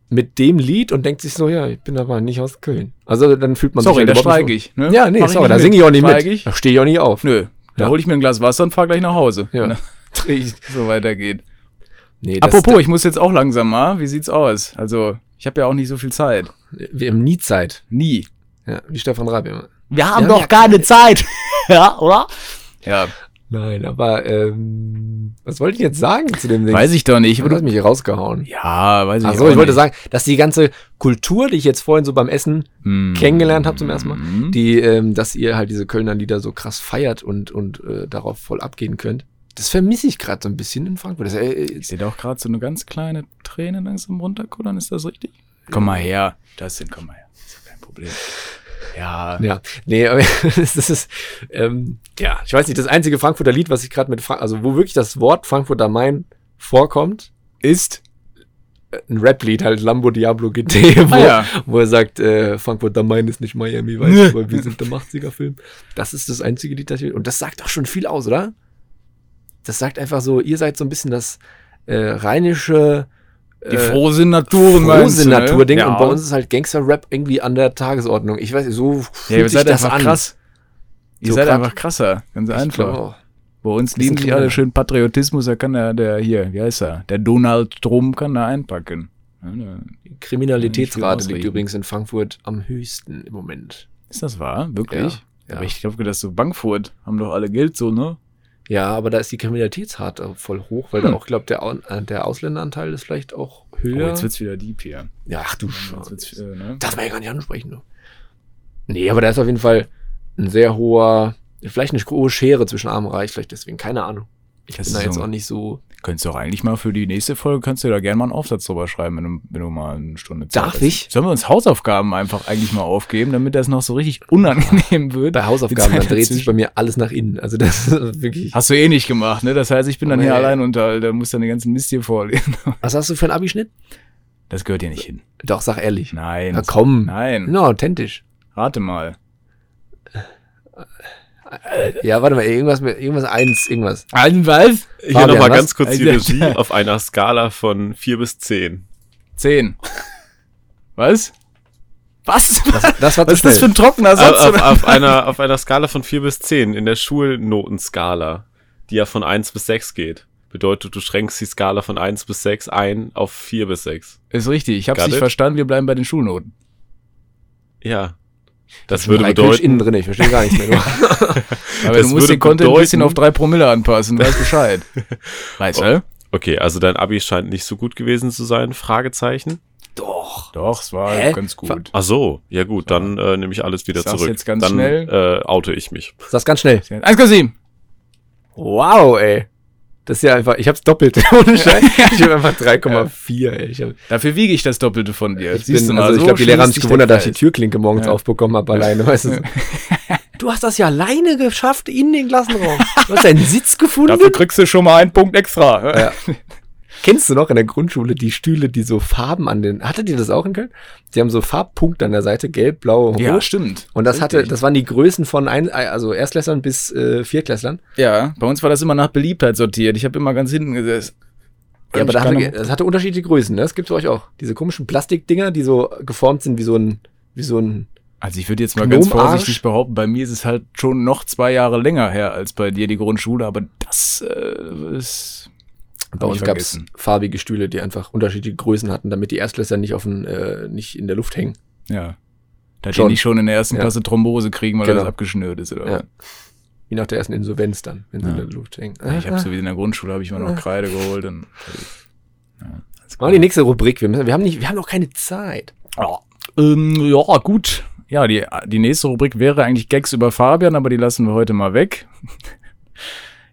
S3: mit dem Lied und denkt sich so, ja, ich bin aber nicht aus Köln. Also dann fühlt man sich
S4: Sorry, da
S3: halt überhaupt
S4: streike
S3: nicht
S4: ich. Ne?
S3: so. Ja, nee,
S4: Mach
S3: sorry, da
S4: mit.
S3: singe ich auch nicht
S4: Streike
S3: mit.
S4: Ich?
S3: Da stehe ich auch nicht auf.
S4: Nö, da
S3: Ja.
S4: hole ich mir ein Glas Wasser und fahre gleich nach Hause.
S3: Ja.
S4: Ne?
S3: Ich,
S4: So weiter geht.
S3: nee, das,
S4: Apropos, ich muss jetzt auch langsam mal. Wie sieht's aus? Also, ich habe ja auch nicht so viel Zeit.
S3: äh, wir haben nie Zeit.
S4: Nie.
S3: Ja, wie Stefan Raab immer.
S2: Wir haben
S3: Ja,
S2: doch
S3: ja,
S2: keine Zeit. ja, oder?
S4: Ja,
S3: Nein, aber ähm, was wollte ich jetzt sagen zu dem Ding?
S4: weiß ich doch nicht.
S3: ich, du hast mich hier rausgehauen.
S4: Ja, weiß ich
S3: Ach
S4: auch
S3: so, ich wollte
S4: nicht.
S3: sagen, dass die ganze Kultur, die ich jetzt vorhin so beim Essen
S4: Hm.
S3: kennengelernt habe zum ersten Mal,
S4: Hm.
S3: die, ähm, dass ihr halt diese Kölner Lieder so krass feiert und, und äh, darauf voll abgehen könnt. Das vermisse ich gerade so ein bisschen in Frankfurt. Das, äh,
S4: Ich
S3: ist,
S4: sehe doch gerade so eine ganz kleine Träne langsam runterkullern. Ist das richtig? Komm mal her. Das sind, komm mal her. Ist ja kein Problem. Ja.
S3: ja, nee, aber das ist, ähm, ja, ich weiß nicht, das einzige Frankfurter Lied, was ich gerade mit, Fra also wo wirklich das Wort Frankfurter Main vorkommt,
S4: Ist.
S3: äh, ein Rap-Lied, halt Lambo Diablo GT, wo,
S4: Ah, ja.
S3: wo er sagt, äh, Frankfurt am Main ist nicht Miami, weißt du, weil wir sind der 80er-Film. Das ist das einzige Lied, das ich, und das sagt auch schon viel aus, oder? Das sagt einfach so, ihr seid so ein bisschen das äh, rheinische
S4: Die
S3: äh,
S4: frohe Natur. meinst
S3: Frohsinn
S4: du, ne?
S3: Naturding
S4: Ja.
S3: und bei uns ist halt Gangster-Rap irgendwie an der Tagesordnung. Ich weiß nicht, so
S4: Ja,
S3: fühlt
S4: ihr
S3: sich
S4: seid
S3: das
S4: einfach
S3: an.
S4: krass. Ihr
S3: So
S4: seid
S3: grad-
S4: einfach krasser. Ganz
S3: Ich glaub
S4: einfach.
S3: auch.
S4: Bei uns
S3: Wir
S4: lieben
S3: sind
S4: die
S3: Kinder.
S4: alle schön Patriotismus. Da kann der, der hier, wie heißt er? Der Donald Trump kann da einpacken. Ja, ne.
S3: Kriminalitätsrate
S4: Ich will
S3: liegt
S4: ausreden.
S3: übrigens in Frankfurt am höchsten im Moment.
S4: Ist das wahr? Wirklich?
S3: Ja.
S4: Aber ich glaube, das ist so Bankfurt. Haben doch alle Geld so, ne?
S3: Ja, aber da ist die Kriminalitätsrate voll hoch, weil
S4: Hm.
S3: da auch, glaube der, Au- äh, der Ausländeranteil ist vielleicht auch
S4: Oh,
S3: höher.
S4: jetzt wird's wieder deep hier.
S3: ja, ach du
S4: Jetzt wird's,
S3: Scheiße.
S4: äh, ne?
S3: Darf man ja gar nicht ansprechen. Du. Nee, aber da ist auf jeden Fall ein sehr hoher, vielleicht eine hohe Schere zwischen Arm und Reich, vielleicht deswegen, keine Ahnung. Ich
S4: Das
S3: bin
S4: ist
S3: da jetzt
S4: so-
S3: auch nicht so
S4: Könntest du auch eigentlich mal für die nächste Folge, kannst du da gerne mal einen Aufsatz drüber schreiben, wenn du, wenn du mal eine Stunde Zeit
S3: Darf
S4: hast.
S3: ich?
S4: Sollen wir uns Hausaufgaben einfach eigentlich mal aufgeben, damit das noch so richtig unangenehm wird?
S3: Bei
S4: Die
S3: Hausaufgaben
S4: Zeit
S3: da dreht sich
S4: dazwischen.
S3: bei mir alles nach innen. Also das ist wirklich.
S4: Hast du eh nicht gemacht, ne? Das heißt, ich bin dann
S3: Aber
S4: hier
S3: ey.
S4: allein und da, da muss dann den ganzen Mist hier vorlesen.
S3: Was hast du für einen Abischnitt?
S4: Das gehört hier nicht hin.
S3: Doch, sag ehrlich.
S4: Nein.
S3: Na komm.
S4: Nein.
S3: Na, authentisch.
S4: Rate mal.
S3: Ja, warte mal, irgendwas mit irgendwas eins, irgendwas.
S4: Ein was?
S5: Hier
S3: Fabian,
S5: nochmal
S3: was? Also,
S5: ganz kurz die
S4: Alter.
S5: Regie auf einer Skala von 4 bis 10.
S4: Zehn. Was? Ah, Was? Was,
S3: Das war zu
S4: ist das für
S3: schnell.
S4: ein trockener Satz?
S5: auf,
S4: oder?
S5: auf, einer, auf einer Skala von 4 bis 10 in der Schulnotenskala, die ja von 1 bis 6 geht. Bedeutet, du schränkst die Skala von 1 bis 6 ein auf 4 bis 6.
S4: Ist richtig, ich hab's
S5: Got
S4: nicht
S5: it?
S4: verstanden, wir bleiben bei den Schulnoten.
S5: Ja. Das würde
S3: Drei Kölsch
S5: bedeuten,
S3: innen drin, ich verstehe gar nichts mehr.
S4: Aber
S5: Das
S4: du musst
S5: würde
S4: den Content ein bisschen
S5: bedeuten-
S4: auf drei Promille anpassen, weißt Bescheid. weißt du?
S3: Oh.
S5: okay, also dein Abi scheint nicht so gut gewesen zu sein, Fragezeichen.
S3: Doch.
S4: Doch, es war
S3: Hä?
S4: ganz gut.
S5: Ach so, ja gut, dann äh, nehme ich alles wieder
S4: Ich sag's
S5: zurück.
S4: jetzt ganz
S5: dann
S4: schnell.
S5: Äh, oute ich mich.
S3: Sag's ganz schnell.
S4: 1,7.
S3: Wow, ey. Das ist ja einfach, ich hab's doppelt. Ohne Scheiß. Ich hab einfach 3,4, ey. Ich hab,
S4: Dafür wiege ich das Doppelte von dir.
S3: ich bin, also ich
S4: so
S3: glaube, die
S4: schlimm
S3: Lehrer haben
S4: ist
S3: sich
S4: nicht
S3: gewundert,
S4: der
S3: dass ich die
S4: Kreis.
S3: Türklinke morgens
S4: Ja.
S3: aufbekommen hab alleine, weißt du. so. Du hast das ja alleine geschafft in den Klassenraum. Du hast deinen Sitz gefunden.
S4: Dafür kriegst du schon mal einen Punkt extra.
S3: Ja. Kennst du noch in der Grundschule die Stühle, die so Farben an den. Hattet ihr das auch in Köln? Die haben so Farbpunkte an der Seite, gelb, blau, rot.
S4: Ja, stimmt.
S3: Und das hatte,
S4: Richtig.
S3: das waren die Größen von ein, also Erstklässlern bis äh, Viertklässlern.
S4: Ja, bei uns war das immer nach Beliebtheit sortiert. Ich habe immer ganz hinten gesessen.
S3: Ja, aber
S4: ich
S3: da
S4: kann
S3: hatte, das hatte unterschiedliche Größen, ne? Das gibt's bei euch auch. Diese komischen Plastikdinger, die so geformt sind wie so ein, wie so ein.
S4: Also ich würde jetzt mal ganz
S3: Gnomarsch?
S4: vorsichtig behaupten, bei mir ist es halt schon noch zwei Jahre länger her als bei dir die Grundschule, aber das äh, ist
S3: Bei
S4: hab
S3: uns
S4: ich
S3: gab's
S4: vergessen.
S3: farbige Stühle, die einfach unterschiedliche Größen hatten, damit die Erstklässler nicht auf den, äh, nicht in der Luft hängen.
S4: Ja. Da
S3: Schon.
S4: die nicht schon in der ersten
S3: Ja.
S4: Klasse Thrombose kriegen, weil
S3: Genau.
S4: das abgeschnürt ist, oder?
S3: Ja. Wie nach der ersten Insolvenz dann, wenn sie
S4: Ja.
S3: in der Luft hängen. Ah,
S4: was? Ich habe so wie in der Grundschule habe ich mal noch Kreide geholt und ja, alles
S3: ah. Machen wir die nächste Rubrik. Wir, müssen, wir haben nicht, wir haben noch keine Zeit.
S4: Ja. Ähm, ja, gut. Ja, die, die nächste Rubrik wäre eigentlich Gags über Fabian, aber die lassen wir heute mal weg.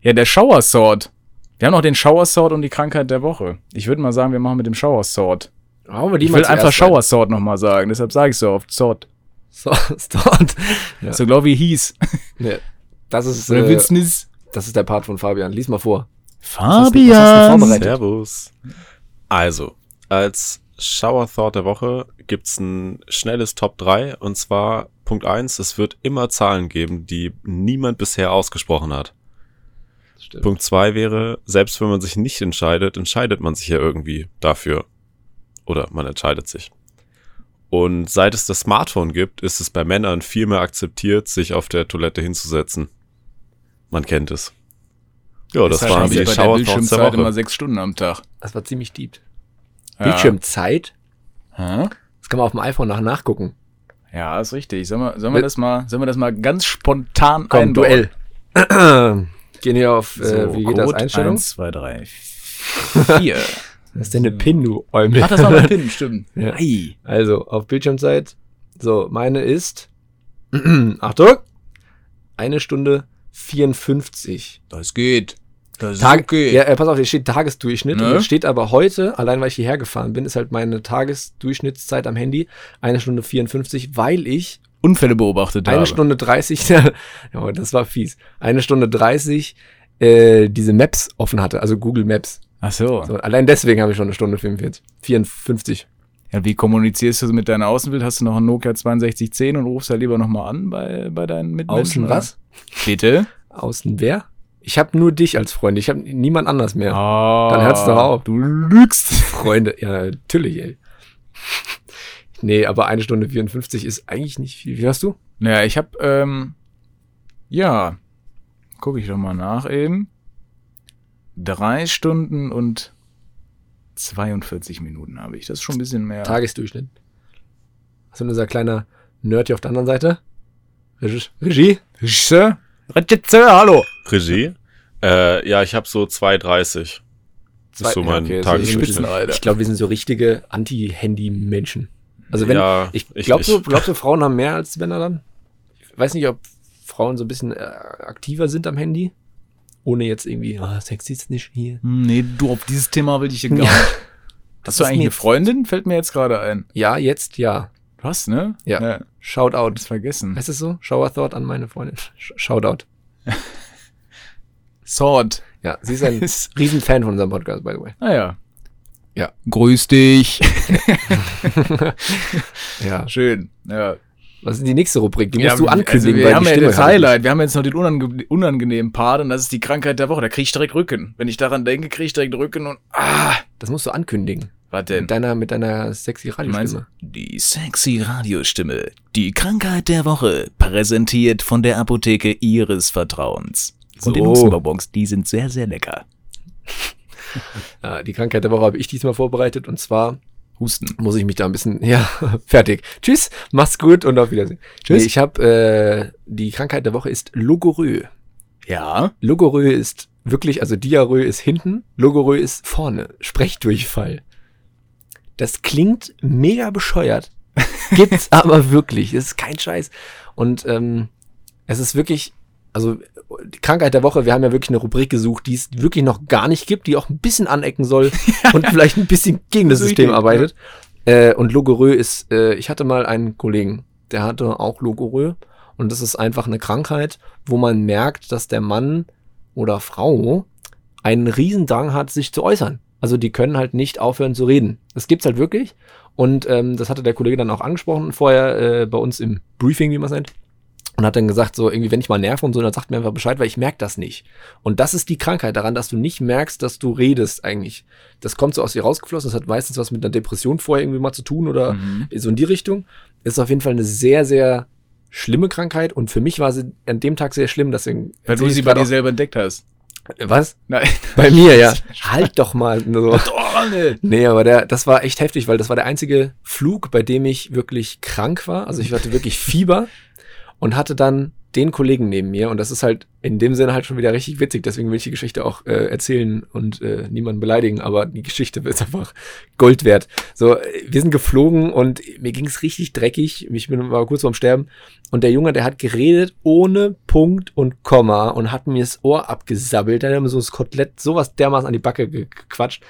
S4: ja, der Shower Sword. Wir haben noch den Shower Sword und die Krankheit der Woche. Ich würde mal sagen, wir machen mit dem Shower Sword.
S3: Hauen wir die
S4: Ich
S3: mal
S4: will
S3: zuerst
S4: einfach
S3: rein.
S4: Shower Sword nochmal sagen, deshalb sage ich so oft Sword.
S3: So, dort. Ja.
S4: So glaube ich hieß.
S3: Nee, das ist,
S4: Oder
S3: äh,
S4: Will Smith.
S3: das ist der Part von Fabian. Lies mal vor. Was hast du
S4: Fabian!
S3: vorbereitet?
S5: Servus. Also, als Shower Thought der Woche gibt's ein schnelles Top 3 und zwar Punkt 1, es wird immer Zahlen geben, die niemand bisher ausgesprochen hat. Punkt 2 wäre, selbst wenn man sich nicht entscheidet, entscheidet man sich ja irgendwie dafür. Oder man entscheidet sich. Und seit es das Smartphone gibt, ist es bei Männern viel mehr akzeptiert, sich auf der Toilette hinzusetzen. Man kennt es. Ja, das
S4: Deshalb
S5: waren
S4: haben sie
S5: die
S4: halt bei der
S5: Shower Thoughts der
S4: Bildschirmzeit
S5: Woche.
S4: immer sechs Stunden am Tag.
S3: Das war ziemlich deep.
S4: Ja.
S3: Bildschirmzeit.
S4: Hä?
S3: Das kann man auf dem iPhone nach nachgucken.
S4: Ja, ist richtig. Sollen wir, sollen wir, das, mal, sollen wir das mal ganz spontan
S3: Komm,
S4: einbauen?
S3: Duell. Gehen wir auf, äh,
S4: So,
S3: wie geht das,
S4: Code
S3: Einstellung?
S4: 1, 2, 3, 4.
S3: Das ist denn
S4: äh,
S3: eine Pin, du Eumel.
S4: Ach, das war mein Pin, stimmt.
S3: Ja.
S4: Ei.
S3: Also, auf Bildschirmzeit. So, meine ist, Achtung, eine Stunde 54.
S4: Das geht. Das
S3: Tag
S4: ist okay.
S3: ja, äh, pass auf, hier steht Tagesdurchschnitt.
S4: Ne?
S3: Und jetzt steht aber heute, allein weil ich hierher gefahren bin, ist halt meine Tagesdurchschnittszeit am Handy eine Stunde 54, weil ich
S4: Unfälle beobachtet
S3: eine
S4: habe.
S3: Stunde 30, ja, aber das war fies, eine Stunde 30 äh, diese Maps offen hatte, also Google Maps.
S4: Ach so.
S3: So, allein deswegen habe ich schon eine Stunde 45, 54.
S4: Ja, wie kommunizierst du mit deiner Außenwelt? Hast du noch einen Nokia 6210 und rufst da lieber nochmal an bei, bei deinen Mitmenschen?
S3: Außen
S4: oder?
S3: was?
S4: Bitte?
S3: Außen wer? Ich habe nur dich als Freund, ich habe niemand anders mehr.
S4: Ah,
S3: Dann hört's doch auf.
S4: Du lügst.
S3: Freunde, ja, natürlich, ey. Nee, aber eine Stunde 54 ist eigentlich nicht viel. Wie hast du?
S4: Naja, ich hab, ähm, ja, gucke ich doch mal nach eben. Drei Stunden und 42 Minuten habe ich. Das ist schon ein bisschen mehr.
S3: Tagesdurchschnitt. Also unser kleiner Nerd hier auf der anderen Seite. Reg- Regie?
S4: Regisseur? Regisseur, hallo.
S5: Regie? Äh, ja, ich habe so 2,30. Das ist so mein
S3: okay,
S5: Tagesdurchschnitt.
S3: Spitzenreiter. Ich glaube, wir sind so richtige Anti-Handy-Menschen. Also wenn,
S5: Ja,
S3: ich
S5: ich
S3: glaube,
S5: nicht.
S3: so, glaubst du, Frauen haben mehr als Männer dann? Ich weiß nicht, ob Frauen so ein bisschen äh, aktiver sind am Handy Ohne jetzt irgendwie, ah, sexistisch hier.
S4: Hm, Nee, du, auf dieses Thema will ich hier gar nicht. Hast du
S3: ist
S4: eigentlich
S3: mir
S4: eine
S3: jetzt-
S4: Freundin? Fällt mir jetzt gerade ein.
S3: Ja, jetzt ja.
S4: Du hast, ne?
S3: Ja. Äh.
S4: ja.
S3: Shoutout.
S4: Hab's vergessen.
S3: Heißt es so? Shower Thought an meine Freundin. Sh Shoutout.
S4: Sword.
S3: Ja, sie ist ein Riesenfan von unserem Podcast, by the way.
S4: Ah ja.
S3: Ja.
S4: Grüß dich.
S3: Ja.
S4: Schön. Ja.
S3: Was ist die nächste Rubrik? Die musst
S4: Ja,
S3: du ankündigen,
S4: also wir haben
S3: die
S4: ja
S3: Stimme
S4: das
S3: kann ich nicht.
S4: Highlight. Wir haben jetzt noch den unange unangenehmen Part und das ist die Krankheit der Woche. Da krieg ich direkt Rücken. Wenn ich daran denke, krieg ich direkt Rücken und ah,
S3: Das musst du ankündigen.
S4: was denn?
S3: Mit deiner, mit deiner sexy
S4: Du meinst-
S3: Radiostimme.
S1: Die sexy Radiostimme. Die Krankheit der Woche. Präsentiert von der Apotheke Ihres Vertrauens. Und den
S3: So.
S1: Luxemburg-Bonks, die sind sehr, sehr lecker.
S3: Ja, die Krankheit der Woche habe ich diesmal vorbereitet und zwar
S4: Husten.
S3: muss ich mich da ein bisschen, ja, fertig. Tschüss, mach's gut und auf Wiedersehen.
S4: Tschüss.
S3: Nee, ich habe, äh, die Krankheit der Woche ist Logorö.
S4: Ja.
S3: Logorö ist wirklich, also Diarrhoe ist hinten, Logorö ist vorne. Sprechdurchfall. Das klingt mega bescheuert. Gibt's aber wirklich. Das ist kein Scheiß. Und ähm, es ist wirklich, also die Krankheit der Woche, wir haben ja wirklich eine Rubrik gesucht, die es wirklich noch gar nicht gibt, die auch ein bisschen anecken soll und vielleicht ein bisschen gegen das
S4: Richtig,
S3: System arbeitet. Äh, und Logorö ist, äh, ich hatte mal einen Kollegen, der hatte auch Logorö. Und das ist einfach eine Krankheit, wo man merkt, dass der Mann oder Frau einen Riesendrang hat, sich zu äußern. Also die können halt nicht aufhören zu reden. Das gibt's halt wirklich. Und ähm, das hatte der Kollege dann auch angesprochen vorher äh, bei uns im Briefing, wie man es nennt. Und hat dann gesagt, so irgendwie, wenn ich mal nerve und so, dann sagt mir einfach Bescheid, weil ich merke das nicht. Und das ist die Krankheit daran, dass du nicht merkst, dass du redest eigentlich. Das kommt so aus dir rausgeflossen. Das hat meistens was mit einer Depression vorher irgendwie mal zu tun oder
S4: Mhm.
S3: so in die Richtung. Ist auf jeden Fall eine sehr, sehr schlimme Krankheit. Und für mich war sie an dem Tag sehr schlimm. Deswegen
S4: Weil du
S3: erzähl ich
S4: sie bei
S3: grad
S4: dir
S3: auch-
S4: selber entdeckt hast.
S3: Was?
S4: Nein.
S3: Bei mir, ja. halt doch mal. So.
S4: Oh, ne.
S3: Nee, aber der, das war echt heftig, weil das war der einzige Flug, bei dem ich wirklich krank war. Also ich hatte wirklich Fieber und hatte dann den Kollegen neben mir. Und das ist halt in dem Sinne halt schon wieder richtig witzig. Deswegen will ich die Geschichte auch äh, erzählen und äh, niemanden beleidigen. Aber die Geschichte ist einfach Gold wert. So, äh, wir sind geflogen und mir ging's richtig dreckig. Ich bin war kurz vorm Sterben. Und der Junge, der hat geredet ohne Punkt und Komma und hat mir das Ohr abgesabbelt. Dann hat er mir so das Kotelett sowas dermaßen an die Backe ge- gequatscht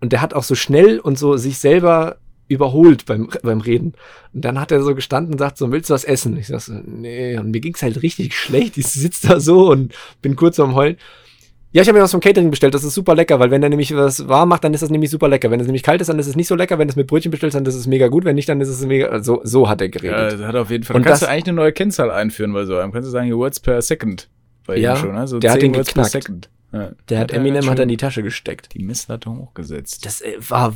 S3: und der hat auch so schnell und so sich selber überholt beim, beim Reden. Und dann hat er so gestanden und sagt so, willst du was essen? Ich sag so, nee. Und mir ging's halt richtig schlecht. Ich sitz da so und bin kurz am Heulen. Ja, ich habe mir was vom Catering bestellt. Das ist super lecker, weil wenn er nämlich was warm macht, dann ist das nämlich super lecker. Wenn es nämlich kalt ist, dann ist es nicht so lecker. Wenn du es mit Brötchen bestellst, dann ist es mega gut. Wenn nicht, dann ist es mega... So, so hat er
S4: Ja,
S3: geredet.
S4: das hat auf jeden Fall.
S3: Und
S4: kannst
S3: das-
S4: du eigentlich eine neue Kennzahl einführen bei so einem? Kannst du sagen, hier Words per Second. Bei ihm
S3: Ja,
S4: schon, ne? So
S3: der hat
S4: 10
S3: den
S4: Words per
S3: geknackt.
S4: Second. Ja.
S3: der hat
S4: er ganz
S3: Eminem hat er in
S4: schön
S3: die Tasche gesteckt.
S4: die Messleitung hochgesetzt.
S3: das äh, war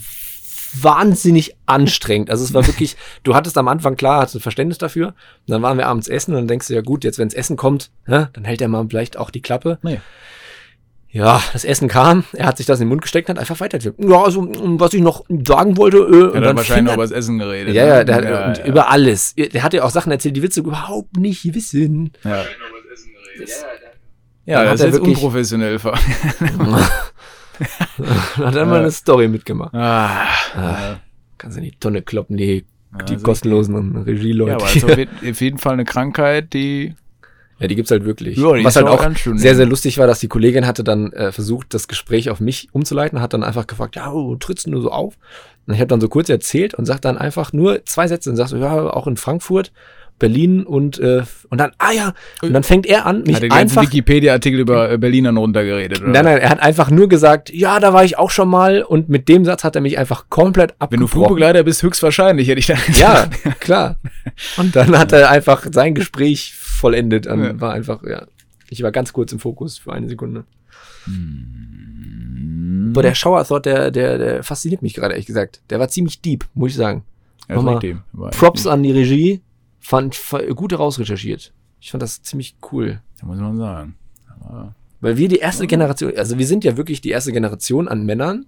S3: wahnsinnig anstrengend. Also es war wirklich, du hattest am Anfang klar, hattest ein Verständnis dafür. Und dann waren wir abends essen und dann denkst du, ja gut, jetzt wenn's Essen kommt, ne, dann hält der Mann vielleicht auch die Klappe.
S4: Nee.
S3: Ja, das Essen kam, er hat sich das in den Mund gesteckt und hat einfach weiter. Ja, also mm, was ich noch sagen wollte, äh, und
S4: Er hat dann wahrscheinlich
S3: fing
S4: noch
S3: er-
S4: über das Essen geredet.
S3: ja,
S4: ne?
S3: ja, der hat, und
S4: ja.
S3: über alles. Der hat ja auch Sachen erzählt, die willst du überhaupt nicht wissen.
S4: Ja,
S3: Dann
S4: ja
S3: hat
S4: das
S3: er
S4: ist jetzt
S3: wirklich-
S4: unprofessionell. ver-
S3: hat dann mal eine Story mitgemacht.
S4: Ah.
S3: Ah, kannst du in die Tonne kloppen, die, die
S4: also-
S3: kostenlosen Regieleute.
S4: Ja, aber also es ist auf, je- auf jeden Fall eine Krankheit, die.
S3: Ja, die gibt's halt wirklich.
S4: Ja, die
S3: Was
S4: ist
S3: halt
S4: auch
S3: auch
S4: ganz schön,
S3: sehr,
S4: ja.
S3: sehr lustig war, dass die Kollegin hatte dann äh, versucht, das Gespräch auf mich umzuleiten, hat dann einfach gefragt, ja, wo trittst denn du so auf? Und ich habe dann so kurz erzählt und sagt dann einfach nur zwei Sätze und sagt so, ja, auch in Frankfurt, Berlin und, äh, und dann, ah ja, und dann fängt er an, mich
S4: Hat den ganzen
S3: einfach
S4: Wikipedia-Artikel über äh, Berlinern runtergeredet. Oder?
S3: Nein, nein, er hat einfach nur gesagt, ja, da war ich auch schon mal und mit dem Satz hat er mich einfach komplett abgebrochen.
S4: Wenn du Flugbegleiter bist, höchstwahrscheinlich, hätte ich da
S3: Ja, klar. Und dann hat er einfach sein Gespräch vollendet. Dann
S4: Ja.
S3: war einfach, ja. Ich war ganz kurz im Fokus für eine Sekunde. Boah, der Shower Thought, der, der, der fasziniert mich gerade, ehrlich gesagt. Der war ziemlich deep, muss ich sagen.
S4: Ja, ist
S3: Nochmal.
S4: richtig. Aber
S3: Props an die Regie. Fand fa- gut rausrecherchiert. Ich fand das ziemlich cool.
S4: Da muss man sagen. Aber
S3: Weil wir die
S4: Mhm.
S3: erste Generation, also wir sind ja wirklich die erste Generation an Männern,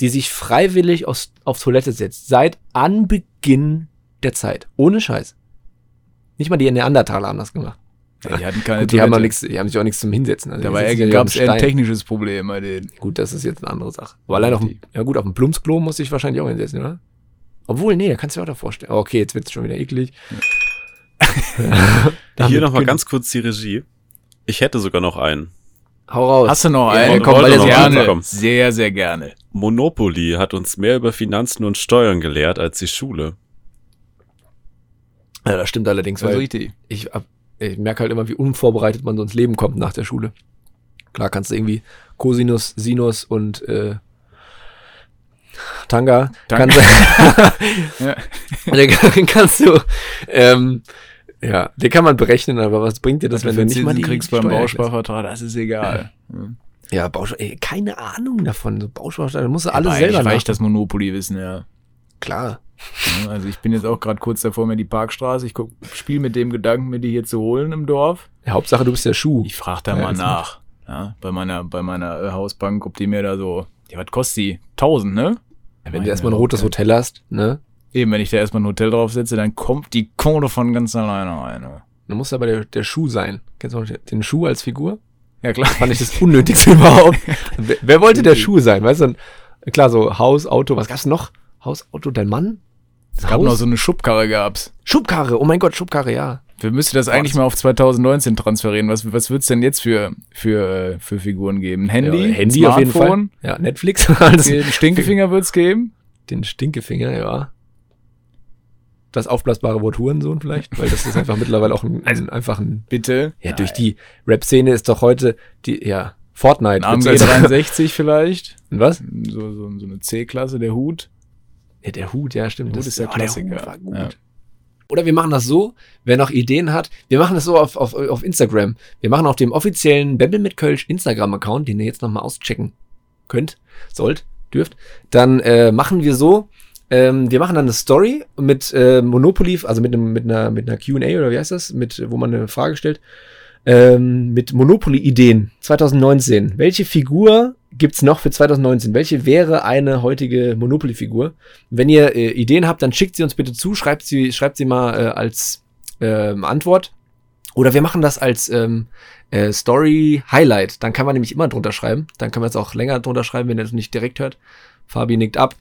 S3: die sich freiwillig aufs, auf Toilette setzt. Seit Anbeginn der Zeit. Ohne Scheiß. Nicht mal die Neandertaler haben das gemacht.
S4: ja, die hatten keine
S3: Gut, die haben, auch
S4: Äh, Toilette.
S3: nichts, die haben sich auch nichts zum Hinsetzen. Also die
S4: Dabei
S3: sitzen ja
S4: gab
S3: auf
S4: es
S3: dem
S4: eher ein
S3: Stein.
S4: technisches Problem bei denen.
S3: Gut, das ist jetzt eine andere Sache. Aber allein auf dem, ja gut, auf dem Plumpsklo muss ich wahrscheinlich auch hinsetzen, oder? Obwohl, nee, da kannst du dir auch da vorstellen. Okay, jetzt wird's schon wieder eklig.
S5: Hier
S3: Damit
S5: nochmal
S3: können-
S5: ganz kurz die Regie. Ich hätte sogar noch einen.
S3: Hau raus.
S4: Hast du noch
S3: Ja,
S4: einen?
S3: komm, weil
S5: wollte
S3: jetzt
S5: noch
S3: gerne.
S5: einen bekommen.
S4: Sehr, sehr gerne.
S5: Monopoly hat uns mehr über Finanzen und Steuern gelehrt als die Schule.
S3: Ja, das stimmt allerdings, weil
S4: richtig.
S3: ich, hab- ich merke halt immer, wie unvorbereitet man so ins Leben kommt nach der Schule. Klar kannst du irgendwie Cosinus, Sinus und äh, Tanga,
S4: Tanga.
S3: Kannst,
S4: Ja.
S3: den kannst du, ähm, ja, den kann man berechnen, aber was bringt dir das, wenn du nicht mal die
S4: Also kriegst beim
S3: Steuer
S4: Bausparvertrag, das ist egal. Mhm.
S3: erklärst? Ja, Bausparvertrag, ey, keine Ahnung davon, so Bausparvertrag, da musst du alles
S4: Aber
S3: selber
S4: eigentlich reicht
S3: machen.
S4: das Monopoly wissen, ja.
S3: Klar.
S4: Ja, Also ich bin jetzt auch gerade kurz davor mir die Parkstraße. Ich guck, spiel mit dem Gedanken, mir die hier zu holen im Dorf.
S3: Ja, Hauptsache, du bist der Schuh.
S4: Ich frage da
S3: Ja,
S4: mal
S3: jetzt
S4: nach. Ja, bei meiner, bei meiner äh, Hausbank, ob die mir da so, ja, was kostet die? 1000, ne?
S3: wenn du erstmal ein rotes Hotel hast, ne,
S4: Eben, wenn ich da erstmal ein Hotel draufsetze, dann kommt die Kohle von ganz alleine rein. ne?
S3: dann muss aber der, der Schuh sein. Kennst du noch den Schuh als Figur?
S4: Ja, klar.
S3: fand ich das Unnötigste überhaupt. Wer, wer wollte der Schuh sein? Weißt du, dann- klar, so Haus, Auto, was gab's noch? Haus, Auto, dein Mann?
S4: Es gab
S3: Haus?
S4: noch so eine Schubkarre gab's.
S3: Schubkarre, oh mein Gott, Schubkarre, ja.
S4: Wir müssten das eigentlich mal auf 2019 transferieren. Was, was wird's denn jetzt für, für, äh, für Figuren geben? Ein Handy?
S3: ja,
S4: ein
S3: Handy auf
S4: Smartphone,
S3: jeden Fall. Ja, Netflix, alles.
S4: Den Stinkefinger wird's geben.
S3: Den Stinkefinger, ja. Das aufblasbare Wort Hurensohn vielleicht, weil das ist einfach mittlerweile auch ein,
S4: Also
S3: ein, einfach ein,
S4: Bitte.
S3: ja, durch die Rap-Szene ist doch heute die, ja, Fortnite.
S4: Ein AMG
S3: wird's jetzt-
S4: 63 vielleicht.
S3: Und was?
S4: So, so, so eine C-Klasse, der Hut.
S3: Ja, der Hut, ja, stimmt.
S4: Der
S3: Das-
S4: Hut ist der
S3: oh,
S4: Klassiker.
S3: Hut war gut.
S4: Ja.
S3: Oder wir machen das so, wer noch Ideen hat, wir machen das so auf, auf, auf Instagram. Wir machen auf dem offiziellen Bämbel mit Kölsch Instagram-Account, den ihr jetzt nochmal auschecken könnt, sollt, dürft. Dann äh, machen wir so, ähm, wir machen dann eine Story mit äh, Monopoly, also mit, einem, mit einer, mit einer Q&A oder wie heißt das, mit, wo man eine Frage stellt, ähm, mit Monopoly-Ideen 2019. Welche Figur gibt's noch für 2019? Welche wäre eine heutige Monopoly-Figur? Wenn ihr äh, Ideen habt, dann schickt sie uns bitte zu, schreibt sie, schreibt sie mal äh, als ähm, Antwort. Oder wir machen das als ähm, äh, Story Highlight. Dann kann man nämlich immer drunter schreiben. Dann kann man es auch länger drunter schreiben, wenn ihr das nicht direkt hört. Fabi nickt ab.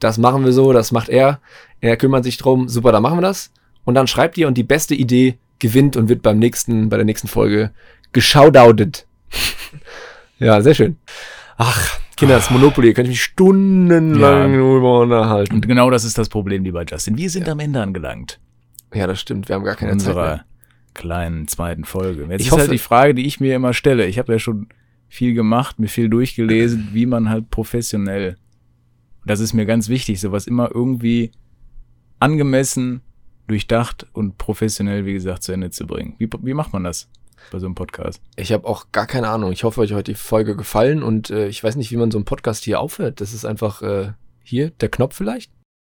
S3: Das machen wir so, das macht er. Er kümmert sich drum. Super, dann machen wir das. Und dann schreibt ihr und die beste Idee gewinnt und wird beim nächsten, bei der nächsten Folge geschaudaudet. ja, sehr schön. Ach, Kinder, das Monopoly, könnte ich mich stundenlang
S4: Ja.
S3: drüber unterhalten.
S4: Und genau das ist das Problem, lieber Justin. Wir sind am Ende angelangt
S3: Ja, das stimmt. Wir haben gar keine Zeit. Mehr.
S4: unserer kleinen zweiten Folge. Jetzt
S3: Ich
S4: ist
S3: hoffe-
S4: halt die Frage, die ich mir immer stelle. Ich habe ja schon viel gemacht, mir viel durchgelesen, wie man halt professionell. Das ist mir ganz wichtig, sowas immer irgendwie angemessen, durchdacht und professionell, wie gesagt, zu Ende zu bringen. Wie, wie macht man das bei so einem Podcast?
S3: Ich habe auch gar keine Ahnung. Ich hoffe, euch hat die Folge gefallen und äh, ich weiß nicht, wie man so einen Podcast hier aufhört. Das ist einfach äh, hier der Knopf vielleicht.